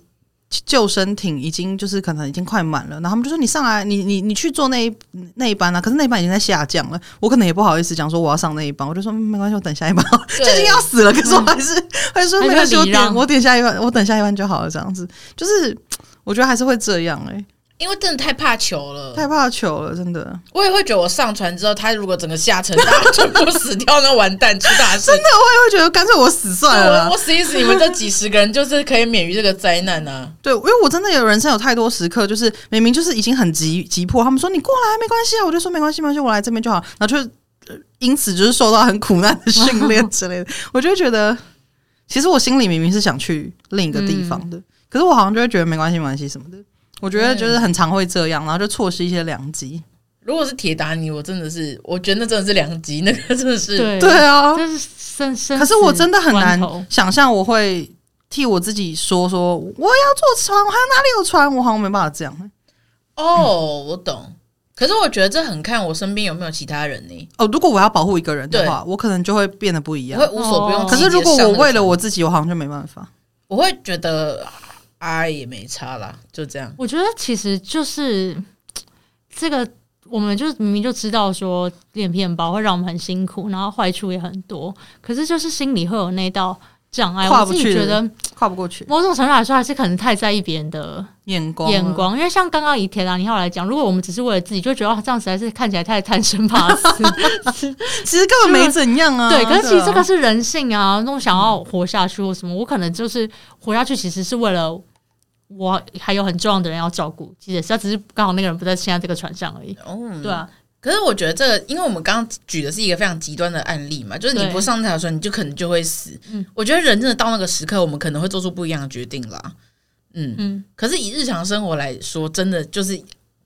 救生艇已经就是可能已经快满了，然后他们就说你上来，你你你去坐那一那一班啊，可是那一班已经在下降了，我可能也不好意思讲说我要上那一班，我就说、嗯、没关系，我等下一班好了最近
对
要死了，可是我还是、还是说没关系，
还是会
我
礼让
点我点下一班，我等下一班就好了，这样子就是我觉得还是会这样哎、
因为真的太怕球了，
太怕球了，真的。
我也会觉得我上船之后，他如果整个下沉，大家全部死掉，那完蛋，出大事。真的，
我也会觉得干脆我死算了
我
啦
我死一死，你们这几十个人就是可以免于这个灾难啊！
对，因为我真的有人生有太多时刻，就是明明就是已经很急急迫，他们说你过来没关系啊，我就说没关系没关系，我来这边就好，然后就、呃因此就是受到很苦难的训练之 类的，我就会觉得，其实我心里明明是想去另一个地方的，
嗯
可是我好像就会觉得没关系没关系什么的，我觉得就是很常会这样，然后就错失一些良机。
如果是铁达尼，我真的是，我觉得那真的是两极，那个真的是
对
对，啊，
这是生生。
可是我真的很难
关头
想象我会替我自己说说我要坐船，我还哪里有船，我好像没办法这样。欸
哦，我懂。可是我觉得这很看我身边有没有其他人呢，
哦，如果我要保护一个人的话，我可能就会变得不一
我
样
会。无所不用
哦
其
可
极
是
地
如果
上
我
那个
为了
船
我自己，我好像就没办法。
我会觉得啊也没差啦，就这样。
我觉得其实就是这个，我们就是明明就知道说练片包会让我们很辛苦，然后坏处也很多，可是就是心里会有那道障碍。
跨
我
不
自
去
己觉得
跨不过去，
某种程度来说，还是可能太在意别人的
眼光，啊
眼，光，因为像刚刚以铁达尼号来讲，如果我们只是为了自己，就觉得哦这样实在是看起来太贪生怕 死。
其实根本没怎样啊。
对，可是其实这个
啊
是人性啊，那种想要活下去或什么，我可能就是活下去，其实是为了我还有很重要的人要照顾，其实也是，他只是刚好那个人不在现在这个船上而已。
嗯
哦，
对。啊，
可是我觉得这个，因为我们刚刚举的是一个非常极端的案例嘛，就是你
对
不上台的时候，你就可能就会死。
嗯
我觉得人真的到那个时刻，我们可能会做出不一样的决定啦。嗯，
嗯，
可是以日常生活来说，真的就是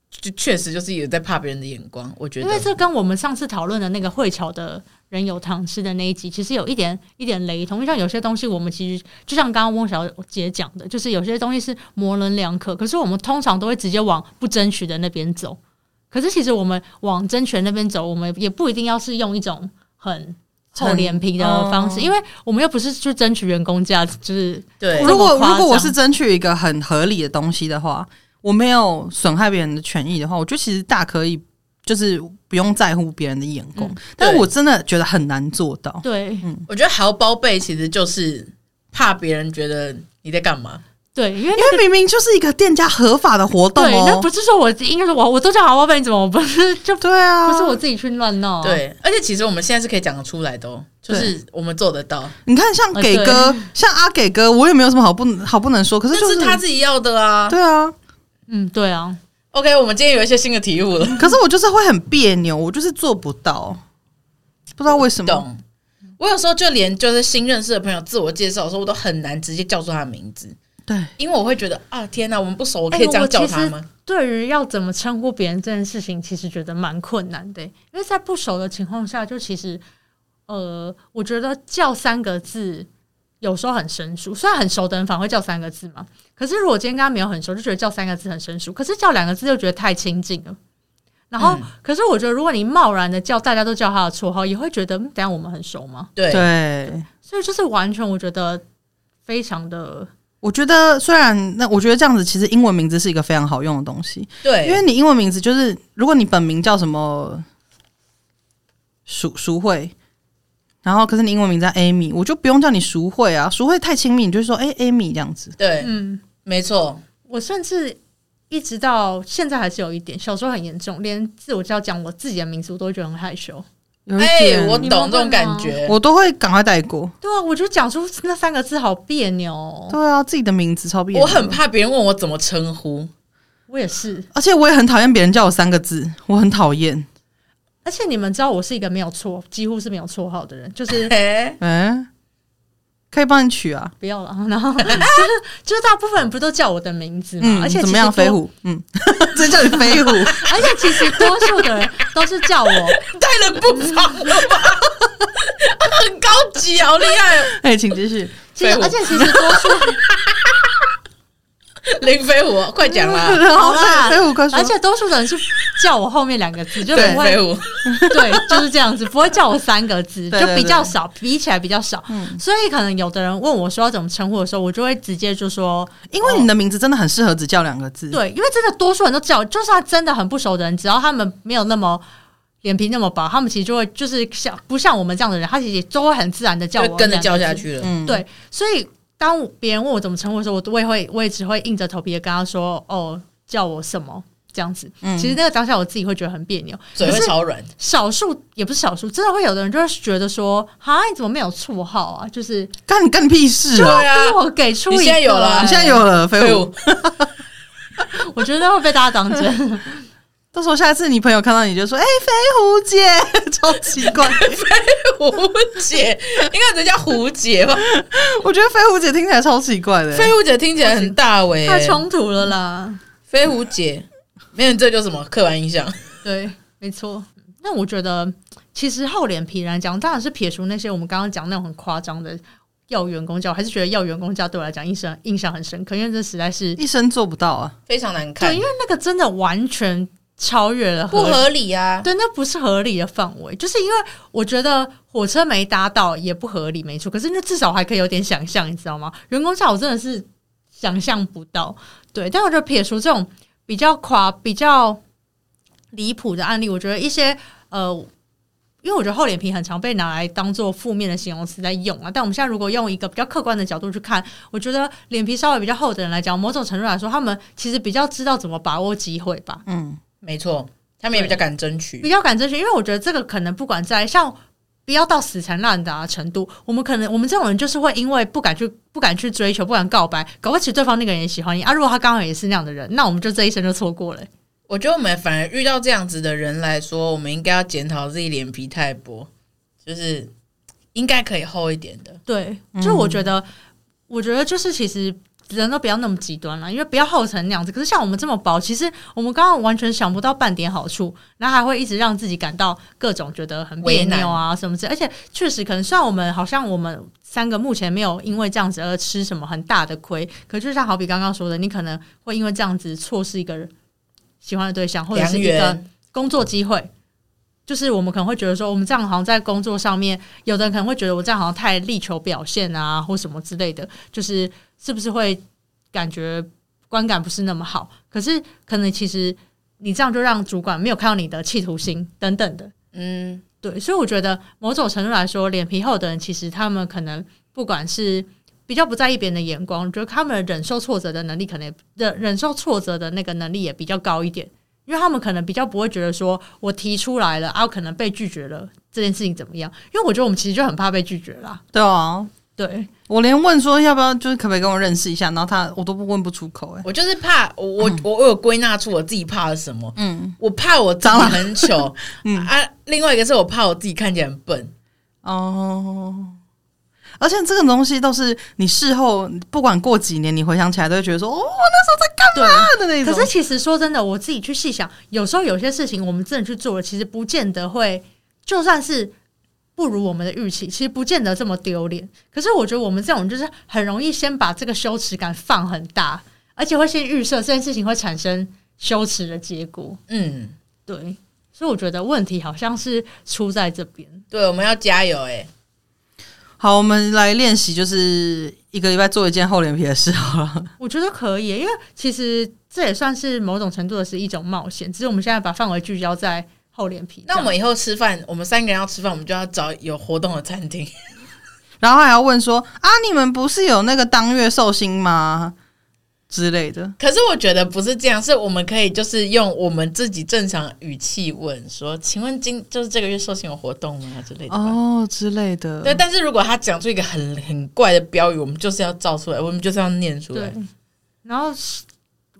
就确实就是有在怕别人的眼光。我觉
因
得
为这跟我们上次讨论的那个会巧的人有糖吃的那一集，其实有一点一点雷同。像有些东西，我们其实就像刚刚翁小姐讲的，就是有些东西是模棱两可，可是我们通常都会直接往不争取的那边走。可是其实我们往争取的那边走，我们也不一定要是用一种很。厚
很
脸皮的方式，
哦
因为我们又不是去争取员工价值，就是
对
这
如果
么夸
如果我是
张
争取一个很合理的东西的话，我没有损害别人的权益的话，我觉得其实大可以就是不用在乎别人的眼光。
嗯
但是
对
我真的觉得很难做到。
对
我觉得毫包被其实就是怕别人觉得你在干嘛。
对，因为
因为明明就是一个店家合法的活动
对，那
哦，
不是说我应该说我我都叫好宝贝，你怎么我不是就
对啊，
不是我自己去乱闹、啊？
对，而且其实我们现在是可以讲得出来的哦，就是我们做得到，
你看像
呃
给
对
哥，像阿给哥，我也没有什么好不好不能说，可是就
这是他自己要的啊。
对啊，
嗯，对啊，
OK，我们今天有一些新的体悟了，
可是我就是会很别扭，我就是做不到，不知道为什么。
懂。我有时候就连就是新认识的朋友自我介绍的时候，我都很难直接叫出他的名字，
对，
因为我会觉得啊，天哪，我们不熟，我可
哎
以这样
我
叫
其实
他吗？
对于要怎么称呼别人这件事情，其实觉得蛮困难的，因为在不熟的情况下，就其实呃，我觉得叫三个字有时候很生疏。虽然很熟的人反而会叫三个字嘛，可是如果今天跟他没有很熟，就觉得叫三个字很生疏；可是叫两个字又觉得太亲近了。然
嗯
后，可是我觉得，如果你贸然的叫大家都叫他的绰号，也会觉得，嗯等一下我们很熟吗？
对，
对，
所以就是完全，我觉得非常的
我觉得虽然那我觉得这样子，其实英文名字是一个非常好用的东西，
对，
因为你英文名字就是，如果你本名叫什么淑淑慧，然后可是你英文名字叫 Amy，我就不用叫你淑慧啊，淑慧太亲密，你就会说哎、Amy 这样子。
对，
嗯。
没错，
我甚至一直到现在还是有一点，小时候很严重，连自我介绍讲我自己的名字，我都会觉得很害羞。
有一
哎、
点
我
你们
懂这
会
种感
吗
觉，
我都会赶快带过。
对啊，我就讲出那三个字好别扭哦、
对啊，自己的名字超别扭
我很，怕别人问我怎么称呼，
我也是，
而且我也很讨厌别人叫我三个字，我很讨厌。
而且你们知道我是一个没有绰，几乎是没有绰号的人，就 是
哎、
嗯、可以帮你取啊。
不要了。然后 就是就是大部分人不都叫我的名字嘛，
嗯，
而且
怎
其
么
实
样，
多
飞，虎？ 嗯，这叫你飞虎，
而且其实多数的人都是叫我
带了不少了吧？很高级，好厉 害哦，
哎，请继续。
其实
飞，虎
而且其实多 数，
林飞虎，快 讲啦！
然后
啊好啦
飞飞虎快说，
而且多数的人是叫我后面两个字，就
对，
不会
飞虎，
对，就是这样子，不会叫我三个字，
对
就
对
比较少，比起来比较少。
嗯
所以可能有的人问我说要怎么称呼的时候，我就会直接就说，
因为你的名字真的很适合只叫两个字。
对，因为真的多数人都叫，就算真的很不熟的人，只要他们没有那么。脸皮那么薄，他们其实就会就是像不像我们这样的人，他其实都会很自然的叫
就
我
跟着叫
两
下
个字。
去了。
嗯，
对，所以当别人问我怎么称呼的时候，我都我也会我也只会硬着头皮的跟他说哦叫我什么这样子。
嗯
其实那个当下我自己会觉得很别扭，
嘴会超软，
少数也不是少数，真的会有的人就会觉得说，啊，你怎么没有绰号啊？就是
干你干你屁事
就
啊！
啊
我给出一个、
你现在有了
你现在有，了飞虎，
虎，
我觉得会被大家当 真。
到时候下次你朋友看到你就说：“哎，飞虎姐， 超奇 怪。
胡姐， 应该人家胡姐吧？”
我觉得飞虎姐听起来超奇怪的。
飞虎姐听起来很大欸喂、
太冲突了啦！
飞虎姐，没有，这就是什么刻板印象？
对，没错。那我觉得，其实厚脸皮来讲，当然是撇除那些我们刚刚讲那种很夸张的要员工价，我还是觉得要员工价对我来讲印象印象很深刻，因为这实在是
一生做不到啊。
非常难看
对，因，为那个真的完全超越了
不合理啊。
对，那不是合理的范围，就是因为我觉得火车没搭到也不合理，没错。可是那至少还可以有点想象，你知道吗？员工价我真的是想象不到，对。但我觉得撇除这种比较夸、比较离谱的案例，我觉得一些呃，因为我觉得厚脸皮很常被拿来当做负面的形容词在用啊。但我们现在如果用一个比较客观的角度去看，我觉得脸皮稍微比较厚的人来讲，某种程度来说，他们其实比较知道怎么把握机会吧。
嗯，
没错，他们也比较敢争取
比。较敢争取，因为我觉得这个可能不管在像不要到死缠烂打的程度，我们可能我们这种人就是会因为不敢去不敢去追求，不敢告白，搞不好其实对方那个人也喜欢你啊。如果他刚好也是那样的人，那我们就这一生就错过了、
我觉得我们反而遇到这样子的人来说，我们应该要检讨自己脸皮太薄，就是应该可以厚一点的。
对，就是我觉得，我觉得就是其实。人都不要那么极端了，因为不要厚成那样子。可是像我们这么薄，其实我们刚刚完全想不到半点好处，然后还会一直让自己感到各种觉得很别扭啊什么之类。而且确实，可能虽然我们好像我们三个目前没有因为这样子而吃什么很大的亏，可就像好比刚刚说的，你可能会因为这样子错失一个喜欢的对象，或者是
良
一个
缘，
工作机会。就是我们可能会觉得说，我们这样好像在工作上面，有的人可能会觉得我这样好像太力求表现啊，或什么之类的，就是是不是会感觉观感不是那么好？可是可能其实你这样就让主管没有看到你的企图心等等的，
嗯，
对，所以我觉得某种程度来说，脸皮厚的人其实他们可能不管是比较不在意别人的眼光，觉得他们忍受挫折的能力可能也忍忍受挫折的那个能力也比较高一点，因为他们可能比较不会觉得说我提出来了啊，我可能被拒绝了这件事情怎么样？因为我觉得我们其实就很怕被拒绝啦，
对啊，
对，
我连问说要不要，就是可不可以跟我认识一下，然后他我都不问不出口、欸，哎，
我就是怕我我
嗯
我我有归纳出我自己怕的什么。嗯，我怕我长得很丑。嗯啊，另外一个是我怕我自己看起来很笨。
哦。而且这个东西都是你事后，不管过几年，你回想起来都会觉得说，哦，我那时候在干嘛的那种。
可是其实说真的，我自己去细想，有时候有些事情我们真的去做了，其实不见得会，就算是不如我们的预期，其实不见得这么丢脸。可是我觉得我们这种人就是很容易先把这个羞耻感放很大，而且会先预设这件事情会产生羞耻的结果。
嗯，
对，所以我觉得问题好像是出在这边。
对，我们要加油哎、
好，我们来练习，就是一个礼拜做一件厚脸皮的事好了。
我觉得可以，因为其实这也算是某种程度的是一种冒险，只是我们现在把范围聚焦在厚脸皮。
那我们以后吃饭，我们三个人要吃饭，我们就要找有活动的餐厅。
然后还要问说啊，你们不是有那个当月寿星吗？之类的。
可是我觉得不是这样，是我们可以就是用我们自己正常语气问说：“请问今就是这个月寿星有活动吗？”之类的吧。
哦，之类的。
对，但是如果他讲出一个很很怪的标语，我们就是要照出来，我们就是要念出来
对，，然后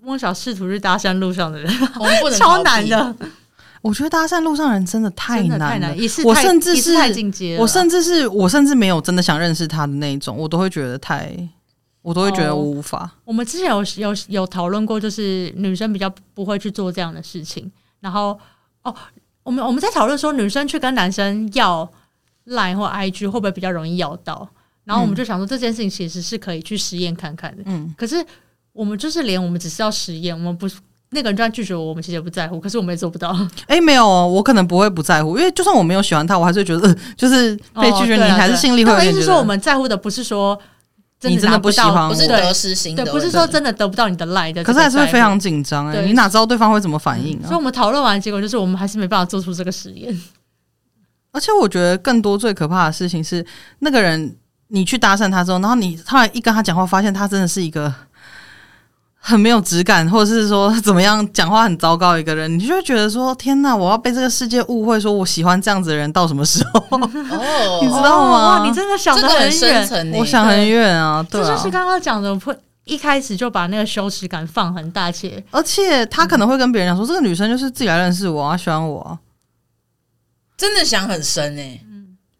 梦想试图去搭讪路上的人，
我们不 能
超
逃避
难的，
哦我觉得搭讪路上人真的太
真的
难了，
太难，一次
我
太
甚至
一次
是
太进阶了，
我甚至是我甚至没有真的想认识他的那一种，我都会觉得太，我都会觉得
哦
我无法。
我们之前有有有讨论过，就是女生比较不会去做这样的事情，然后哦，我们我们在讨论说女生去跟男生要 Line 或 IG 会不会比较容易要到，然后我们就想说这件事情其实是可以去实验看看的，
嗯，
可是我们就是连我们只是要实验，我们不是那个人就算拒绝我，我们其实也不在乎，可是我们也做不到。
哎、没有哦，我可能不会不在乎，因为就算我没有喜欢他，我还是会觉得，呃、就是被拒绝，你
哦对啊
还是心里会
对
有
啊但
点觉
我意思
得。
是说，我们在乎的不是说
你真的
拿
不喜
到
欢
不是
我
得失心
对，
的
对，
问
不
题，
是说真的得不到你的赖的这
可
个在乎，
是还是会非常紧张哎，
对嗯
你哪知道对方会怎么反应
所以
啊？
我们讨论完，结果就是我们还是没办法做出这个实验。
而且我觉得更多最可怕的事情是，那个人你去搭讪他之后，然后你突然一跟他讲话，发现他真的是一个很没有质感，或者是说 怎么样讲话很糟糕的一个人，你就会觉得说天哪，我要被这个世界误会，说我喜欢这样子的人到什么时候？你 知
哦，
道吗
哦哇，你真的想
这
得
个很深欸
远，
层呢。
我想很远啊，对
这
啊
就是。刚刚讲的，我会一开始就把那个羞耻感放很大，且
而且他可能会跟别人讲说，这个女生就是自己来认识我啊，喜欢我、啊。
真的想很深欸诶，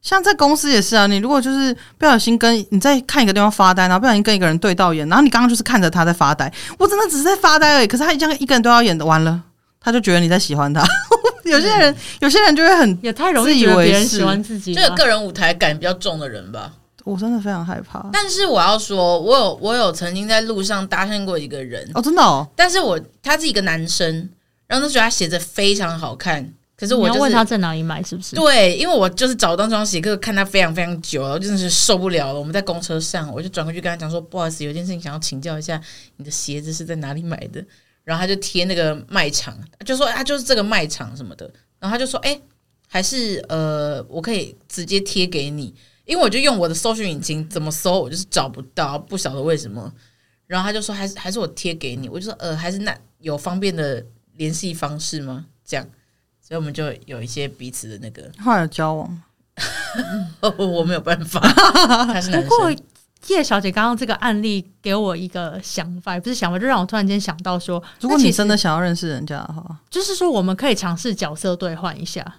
像在公司也是啊，你如果就是不小心跟你在看一个地方发呆，然后不小心跟一个人对到眼，然后你刚刚就是看着他在发呆，我真的只是在发呆而已。可是他这样一个人对到眼，完了，他就觉得你在喜欢他。 有些人有些人就会很，
也太容
自
易
以
觉得
为
别人
是啊
喜欢自己
就
了。
是个人舞台感比较重的人吧。
我真的非常害怕。
但是我要说，我有我有曾经在路上搭讪过一个人，
哦，真的哦，
但是我他是一个男生，然后那时候他鞋子非常好看，可是我
你要
就
问
是
他在哪里买，是不是？
对，因为我就是找到这双鞋，可是看他非常非常久了，我真的是受不了了。我们在公车上，我就转过去跟他讲说：“不好意思，有件事情想要请教一下，你的鞋子是在哪里买的？”然后他就贴那个卖场，就说：“啊，就是这个卖场什么的。”然后他就说：“哎、还是呃，我可以直接贴给你，因为我就用我的搜寻引擎怎么搜，我就是找不到，不晓得为什么。”然后他就说：“还是还是我贴给你。”我就说：“呃，还是那有方便的联系方式吗？”这样。所以我们就有一些彼此的那个，
后来有交往，
我没有办 法，他是
不
男
过
生，
叶小姐刚刚这个案例给我一个想法，也不是想法，就让我突然间想到说，
如果
那其
你
实
真的想要认识人家的话，
就是说我们可以尝试角色兑换一下，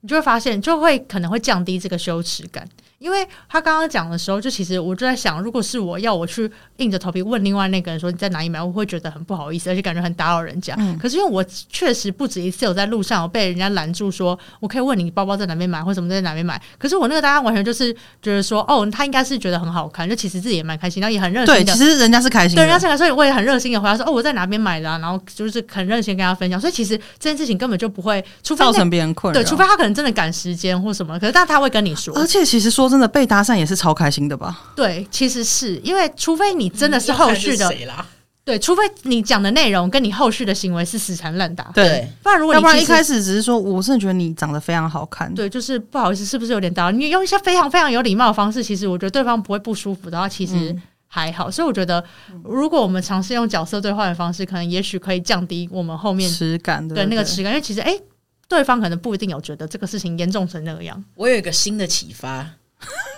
你就会发现就会可能会降低这个羞耻感。因为他刚刚讲的时候，就其实我就在想，如果是我要我去硬着头皮问另外那个人说你在哪里买，我会觉得很不好意思，而且感觉很打扰人家。
嗯
可是因为我确实不止一次有在路上有被人家拦住说，我可以问你包包在哪边买，或什么在哪边买。可是我那个大家完全就是觉得说，哦，他应该是觉得很好看，就其实自己也蛮开心，然后也很热
对，
情
其
的
实人家是开心
对，
的，
人家上来，所以我也很热心的回答说，哦，我在哪边买的、啊，然后就是很热心地跟他分享。所以其实这件事情根本就不会，除非
造
那
成别人啊困扰。
对，除非他可能真的赶时间或什么，可是但他会跟你说，
而且其实说真的，被搭讪也是超开心的吧？
对，其实是因为除非你真的是后续
要
的
看，谁啦？
对，除非你讲的内容跟你后续的行为是死缠烂打，
对，
对，
不然如果
要
你
不然
其
一
实
开始只是说，我真的觉得你长得非常好看，
对，就是不好意思，是不是有点打扰？你用一些非常非常有礼貌的方式，其实我觉得对方不会不舒服的话，其实
嗯
还好。所以我觉得，如果我们尝试用角色兑换的方式，可能也许可以降低我们后面
实感的
对那个耻感，因为其实哎、诶对方可能不一定有觉得这个事情严重成那个样。
我有一个新的启发，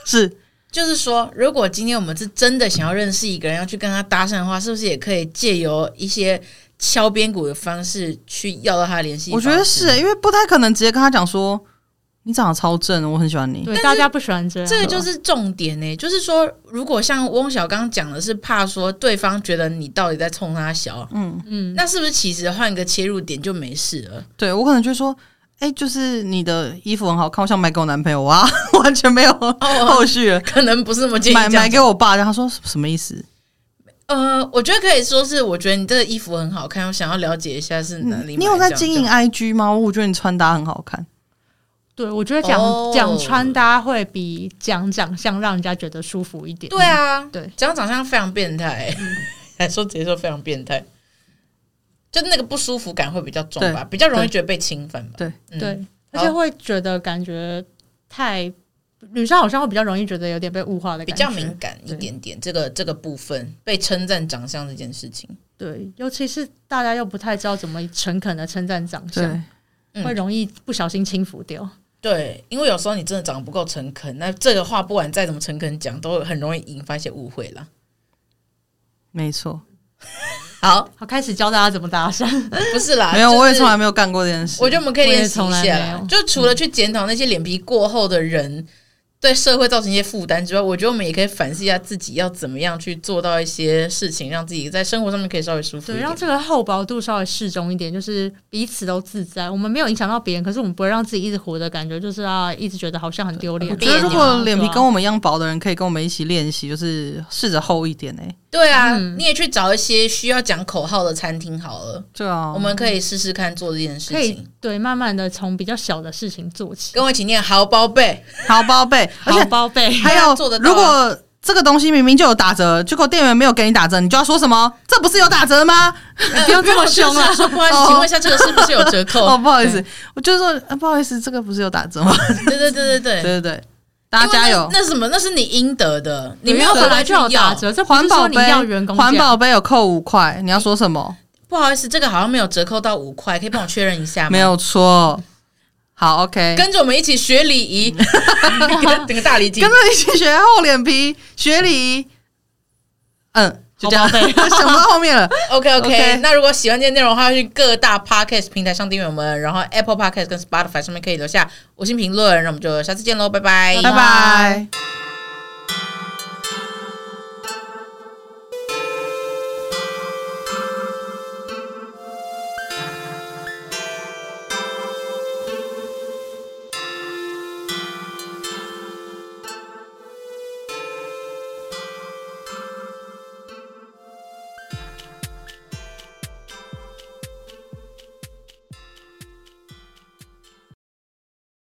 是
就是说，如果今天我们是真的想要认识一个人，要去跟他搭讪的话，是不是也可以借由一些敲边鼓的方式去要到他的联系
我
方式？
觉得是、欸因为不太可能直接跟他讲说你长得超正，我很喜欢你。
对，大家不喜欢这样。
这个就是重点呢、就是说，如果像翁小刚讲的是怕说对方觉得你到底在冲他笑，
嗯，
那是不是其实换个切入点就没事了？
对我可能就说，哎、就是你的衣服很好看，我想买给我男朋友啊， 完全没有
哦
后续了。
可能不是那么建议
买
这样
买给我爸，然后他说什么意思？
呃，我觉得可以说是，我觉得你这个衣服很好看，我想要了解一下是哪里买
嗯你有在
这样
经营
这样
IG 吗？我觉得你穿搭很好看。
对，我觉得讲
哦
讲、穿搭会比讲长相让人家觉得舒服一点。
对
嗯
啊，
对，
这样长相非常变态、 还说直接说非常变态，就那个不舒服感会比较重吧，比较容易觉得被侵犯吧。
对
嗯
对，而
好
且会觉得感觉太女生好像会比较容易觉得有点被物化的感
比
觉，
较敏感一
对
点点，这个这个部分被称赞长相这件事情，
对，尤其是大家又不太知道怎么诚恳的称赞长相，
对，
嗯
会容易不小心轻浮掉。
对，因为有时候你真的长得不够诚恳，那这个话不管再怎么诚恳讲，都很容易引发一些误会啦。
没错，
好，
好，开始教大家怎么搭讪。
不是啦，
没有，
就是
我也从来没有干过这件事。
我觉得我们可以
啊我也
练习
从
一
来
下
没
啦
有。
就除了去检讨那些脸皮过厚的人对社会造成一些负担之外，我觉得我们也可以反思一下自己要怎么样去做到一些事情，让自己在生活上面可以稍微舒服一
对，
点
让。这个厚薄度稍微适中一点，就是彼此都自在。我们没有影响到别人，可是我们不会让自己一直活的感觉，就是啊，一直觉得好像很丢脸
我
啊。
觉得如果脸皮
对啊
跟我们一样薄的人，可以跟我们一起练习，就是试着厚一点哎、
对啊，
嗯
你也去找一些需要讲口号的餐厅好了，
对啊，
我们可以试试看做这件事
可以
情。
对，慢慢的从比较小的事情做起。
跟我一起念好宝贝，
好宝贝，而
好
且
宝贝，
还
对
有
啊做得，到啊
如果这个东西明明就有打折，结果店员没有给你打折，你就要说什么？这不是有打折吗？
呃
不要 这么凶啊
没有就是说不好意思，
哦
请问一下这个是不是有折 扣？
哦，不好意思，我就说、啊不好意思，这个不是有打折吗？
对，对对对对对，
对对对，大家加油！
那那什么，那是你应得的，你没
因
有
为本
本
来就有打
要。
折，这不
环
是
保
说你
杯
要员工价
环保杯有扣五块，你要说什么？
不好意思，这个好像没有折扣到五块，可以帮我确认一下吗？
没，有错。好，OK，
跟着我们一起学 礼仪，整个大礼
跟
金
着。一起学厚脸皮、学礼仪。嗯，就这样，
好宝贝
想不到后面了。
OK OK，
OK
那如果喜欢今天内容的话，去各大 Podcast 平台上订阅我们，然后 Apple Podcast 跟 Spotify 上面可以留下五星评论，那我们就下次见喽，拜拜，
拜拜。